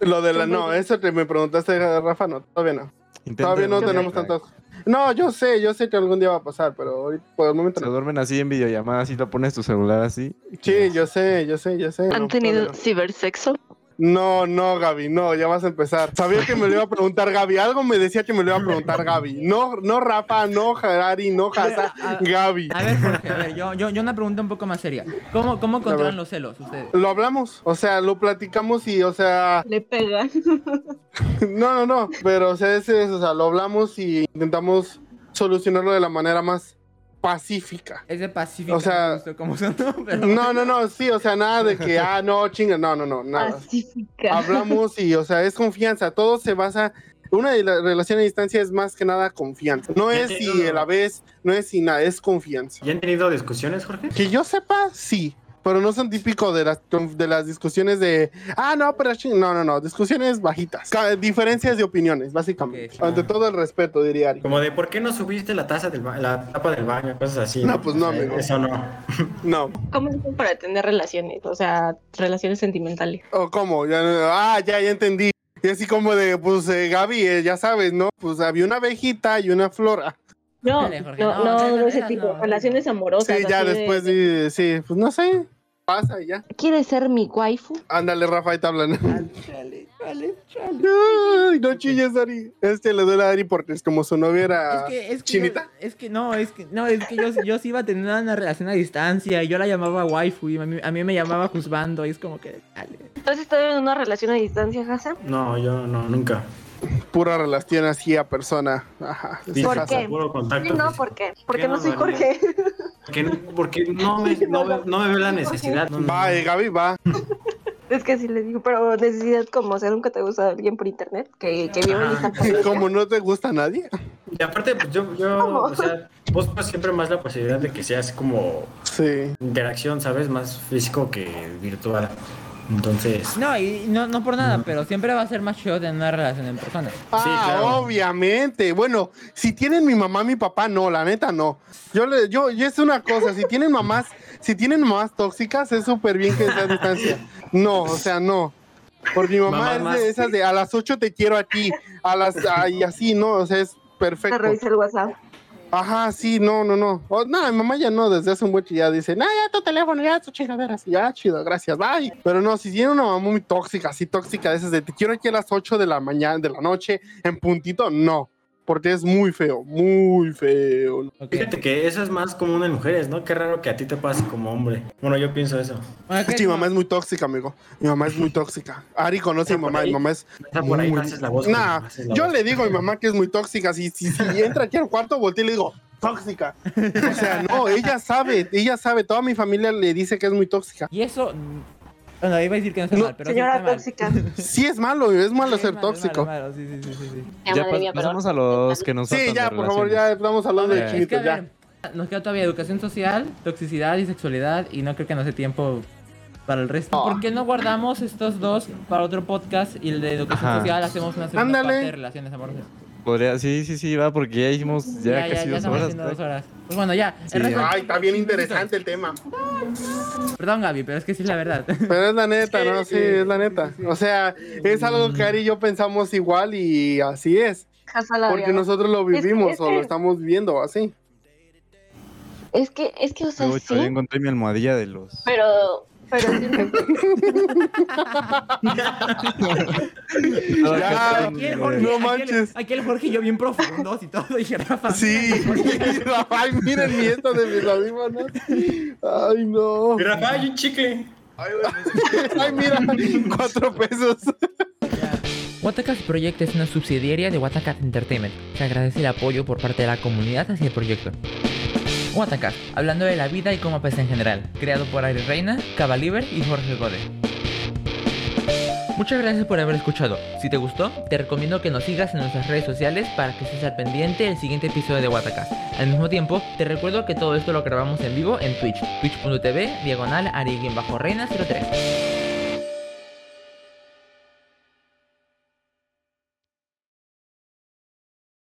[SPEAKER 6] Lo de la no, eso que me preguntaste, Rafa, no, todavía no.
[SPEAKER 5] Intenta
[SPEAKER 6] Todavía no
[SPEAKER 5] dormir,
[SPEAKER 6] tenemos
[SPEAKER 5] Frank.
[SPEAKER 6] tantas. No, yo sé, yo sé que algún día va a pasar, pero ahorita, por el momento
[SPEAKER 5] Se
[SPEAKER 6] no.
[SPEAKER 5] duermen así en videollamada, así lo pones tu celular así.
[SPEAKER 6] Sí, yo sé, yo sé, yo sé.
[SPEAKER 2] ¿Han
[SPEAKER 6] no,
[SPEAKER 2] tenido
[SPEAKER 6] todavía
[SPEAKER 2] cibersexo?
[SPEAKER 6] No, no, no, Gaby, no, ya vas a empezar. Sabía que me lo iba a preguntar Gaby, algo me decía que me lo iba a preguntar Gaby. No, no Rafa, no Harari, no Hassa,
[SPEAKER 5] Ah,
[SPEAKER 1] a-
[SPEAKER 6] Gaby.
[SPEAKER 1] A ver, Jorge, a ver, yo, yo, yo una pregunta un poco más seria. ¿Cómo, cómo
[SPEAKER 6] ver.
[SPEAKER 1] controlan los celos ustedes?
[SPEAKER 6] Lo hablamos, o sea, lo platicamos y, o sea,
[SPEAKER 2] Le pegan.
[SPEAKER 6] No, no, no, pero o sea, ese es, o sea, lo hablamos y intentamos solucionarlo de la manera más pacífica.
[SPEAKER 1] Es de Pacífico,
[SPEAKER 6] O sea-
[SPEAKER 1] como son, pero...
[SPEAKER 6] No, no, no, sí, o sea, nada de que, ah, no, chinga, no, no, no, nada. Ah.
[SPEAKER 2] Pacífica.
[SPEAKER 6] Hablamos y, o sea, es confianza, todo se basa, una de las relaciones a distancia es más que nada confianza. Eh, No es si a la vez, no es si nada, es confianza.
[SPEAKER 3] ¿Ya han tenido discusiones, Jorge?
[SPEAKER 6] Que yo sepa, sí. Pero no son típicos de las, de las discusiones de, ah, no, pero ching-". no, no, no, discusiones bajitas. Ca- Diferencias de opiniones, básicamente.
[SPEAKER 1] Ok.
[SPEAKER 6] Ante todo el respeto, diría Ari.
[SPEAKER 3] Como de por qué no subiste la taza del ba- la tapa del baño, cosas así.
[SPEAKER 6] No, pues no,
[SPEAKER 3] O sea,
[SPEAKER 6] amigo.
[SPEAKER 3] Eso no.
[SPEAKER 6] No,
[SPEAKER 2] ¿Cómo es para tener relaciones? O sea, relaciones sentimentales.
[SPEAKER 6] ¿O cómo? Ya, no- ah, ya, ya entendí. Y así como de, pues, eh, Gaby, eh, ya sabes, ¿no? Pues había una abejita y una Ah, flora.
[SPEAKER 2] No,
[SPEAKER 1] Dale, Jorge,
[SPEAKER 2] no,
[SPEAKER 1] no,
[SPEAKER 2] no,
[SPEAKER 1] no,
[SPEAKER 2] no, ese
[SPEAKER 1] no,
[SPEAKER 2] tipo.
[SPEAKER 1] no.
[SPEAKER 2] relaciones amorosas.
[SPEAKER 6] sí, ya
[SPEAKER 2] así de-
[SPEAKER 6] después, sí, sí, pues no sé. Pasa y ya.
[SPEAKER 2] ¿Quieres ser mi waifu?
[SPEAKER 6] Ándale, Rafa, ahí te hablan. Ay, no chilles, Ari. Este le duele a Ari porque es como su novia
[SPEAKER 1] Es
[SPEAKER 6] era...
[SPEAKER 1] que, es que
[SPEAKER 6] ¿Chinita?
[SPEAKER 1] yo- es que no, es que no, es que yo, yo sí iba a tener una relación a distancia. y Yo la llamaba waifu y a mí, a mí me llamaba juzgando. Y es como que, dale.
[SPEAKER 2] ¿Tú has estado en una relación a distancia, Hassan?
[SPEAKER 3] No, yo no, nunca.
[SPEAKER 6] Pura relación así a persona. Ajá.
[SPEAKER 3] Sí,
[SPEAKER 2] ¿Por
[SPEAKER 3] sí,
[SPEAKER 6] Ajá.
[SPEAKER 2] qué?
[SPEAKER 3] puro contacto
[SPEAKER 2] Sí, no,
[SPEAKER 3] físico.
[SPEAKER 2] ¿por qué? Porque
[SPEAKER 3] Qué
[SPEAKER 2] no soy
[SPEAKER 3] barbaridad.
[SPEAKER 2] Jorge.
[SPEAKER 3] Porque, no- porque no, me, no, veo- no me veo la necesidad. No, no,
[SPEAKER 6] Va, eh, Gaby, va.
[SPEAKER 2] Es que sí le digo, pero necesidad como ser un que te gusta a alguien por internet, que, que vive en
[SPEAKER 3] Ajá.
[SPEAKER 2] Iztapalapa.
[SPEAKER 6] Como no te gusta a nadie.
[SPEAKER 3] Y aparte, pues yo, yo o sea, busco siempre más la posibilidad de que seas como
[SPEAKER 6] Sí.
[SPEAKER 3] interacción, ¿sabes? Más físico que virtual. Entonces,
[SPEAKER 1] No, y y no, no por nada, pero siempre va a ser más chido tener una relación en persona.
[SPEAKER 6] Ah,
[SPEAKER 3] claro.
[SPEAKER 6] obviamente. Bueno, si tienen mi mamá, mi papá, no, la neta no. Yo le, yo, yo es una cosa, si tienen mamás, si tienen mamás tóxicas, es súper bien que sea a distancia. No, o sea, no. Porque mi mamá
[SPEAKER 3] Mamá
[SPEAKER 6] es
[SPEAKER 3] más-
[SPEAKER 6] de esas de a las 8 te quiero aquí, a las a- y así, ¿no? O sea, es
[SPEAKER 2] Te
[SPEAKER 6] perfecto.
[SPEAKER 2] revisa el WhatsApp.
[SPEAKER 6] Ajá, sí, no, no, no. O, no, mi mamá ya no, desde hace un buen ya dice, no, ya tu teléfono, ya tu chingaderas, ya chido, gracias, bye. Pero no, si tiene una mamá muy tóxica, así tóxica, de esas de te quiero aquí a las 8 de la mañana, de la noche, en puntito, no. Porque es muy feo, muy feo.
[SPEAKER 1] Ok.
[SPEAKER 3] fíjate que eso es más común en mujeres, ¿no? Qué raro que a ti te pase como hombre. Bueno, yo pienso eso.
[SPEAKER 1] Bueno, ¿qué-
[SPEAKER 6] Mi mamá es muy tóxica, amigo. Mi mamá es muy tóxica. Ari conoce a mi mamá, mi mamá Ah, es
[SPEAKER 3] Está por ahí,
[SPEAKER 6] Muy-
[SPEAKER 3] no haces la voz.
[SPEAKER 6] Nah,
[SPEAKER 3] no haces la
[SPEAKER 6] yo
[SPEAKER 3] voz.
[SPEAKER 6] le digo a mi mamá que es muy tóxica. Si, si, si entra aquí al cuarto, volteo y le digo, tóxica. O sea, no, ella sabe, ella sabe. Toda mi familia le dice que es muy tóxica.
[SPEAKER 1] Y eso. mm, Bueno, iba a decir que no está
[SPEAKER 6] No,
[SPEAKER 1] mal, pero. sí
[SPEAKER 2] Señora
[SPEAKER 1] está mal.
[SPEAKER 2] tóxica.
[SPEAKER 6] Sí, es malo, es
[SPEAKER 1] Sí,
[SPEAKER 6] malo
[SPEAKER 1] es
[SPEAKER 6] ser
[SPEAKER 1] malo, es
[SPEAKER 6] tóxico.
[SPEAKER 1] malo, es malo, sí, sí, sí, sí, sí.
[SPEAKER 2] Ya,
[SPEAKER 5] ya
[SPEAKER 2] madre
[SPEAKER 5] pas-
[SPEAKER 2] mía, pero-
[SPEAKER 5] pasamos a los que nos
[SPEAKER 6] Sí,
[SPEAKER 5] faltan
[SPEAKER 6] ya,
[SPEAKER 5] de
[SPEAKER 6] por favor,
[SPEAKER 5] relaciones.
[SPEAKER 6] ya estamos hablando
[SPEAKER 1] A ver,
[SPEAKER 5] Eh,
[SPEAKER 6] de
[SPEAKER 1] es que,
[SPEAKER 6] chiquitos,
[SPEAKER 1] a ver,
[SPEAKER 6] ya.
[SPEAKER 1] Nos queda todavía educación social, toxicidad y sexualidad y no creo que nos dé tiempo para el resto. ¿Por qué no guardamos estos dos para otro podcast y el de educación
[SPEAKER 5] Ajá.
[SPEAKER 1] social hacemos una segunda
[SPEAKER 6] Ándale.
[SPEAKER 1] parte de relaciones amorosas?
[SPEAKER 5] Podría, sí, sí, sí, va, porque ya hicimos
[SPEAKER 1] ya,
[SPEAKER 5] ya,
[SPEAKER 1] ya
[SPEAKER 5] casi dos
[SPEAKER 1] estamos
[SPEAKER 5] horas.
[SPEAKER 1] haciendo dos horas. Pues bueno, ya. el
[SPEAKER 5] Sí,
[SPEAKER 1] resto-
[SPEAKER 5] ya.
[SPEAKER 6] Ay, está bien interesante el tema.
[SPEAKER 1] Perdón, Gaby, pero es que sí es la verdad.
[SPEAKER 6] Pero es la neta, ¿no? Sí, es la neta. O sea, es algo que Ari y yo pensamos igual y así es.
[SPEAKER 2] Jaja, la
[SPEAKER 6] Porque
[SPEAKER 2] verdad.
[SPEAKER 6] nosotros lo
[SPEAKER 2] Es que-
[SPEAKER 6] vivimos
[SPEAKER 2] es
[SPEAKER 6] o lo
[SPEAKER 2] que-
[SPEAKER 6] estamos viendo así.
[SPEAKER 2] Es que, es que, o sea,
[SPEAKER 5] Uy, todavía
[SPEAKER 2] sí,
[SPEAKER 5] encontré mi almohadilla de los.
[SPEAKER 2] pero, pero siento que-
[SPEAKER 6] Ya,
[SPEAKER 1] Aquí el Jorge,
[SPEAKER 6] no
[SPEAKER 1] aquí el-
[SPEAKER 6] manches.
[SPEAKER 1] Aquí el Jorge y yo bien profundos y todo, y Rafa.
[SPEAKER 6] Sí. Ay, miren mi esto de mis audífonos. Ay, no.
[SPEAKER 3] Rafa, hay un chicle.
[SPEAKER 6] Ay, mira, cuatro pesos.
[SPEAKER 1] Watacat Project es una subsidiaria de Watacat Entertainment. Se agradece el apoyo por parte de la comunidad hacia el proyecto. Watacat, hablando de la vida y cómo pasa en general, creado por Ari Reina, Cabaliber y Jorge Gode. Muchas gracias por haber escuchado. Si te gustó, te recomiendo que nos sigas en nuestras redes sociales para que estés al pendiente del siguiente episodio de Watacat. Al mismo tiempo, te recuerdo que todo esto lo grabamos en vivo en Twitch, twitch.tv, diagonal, ari-reina03.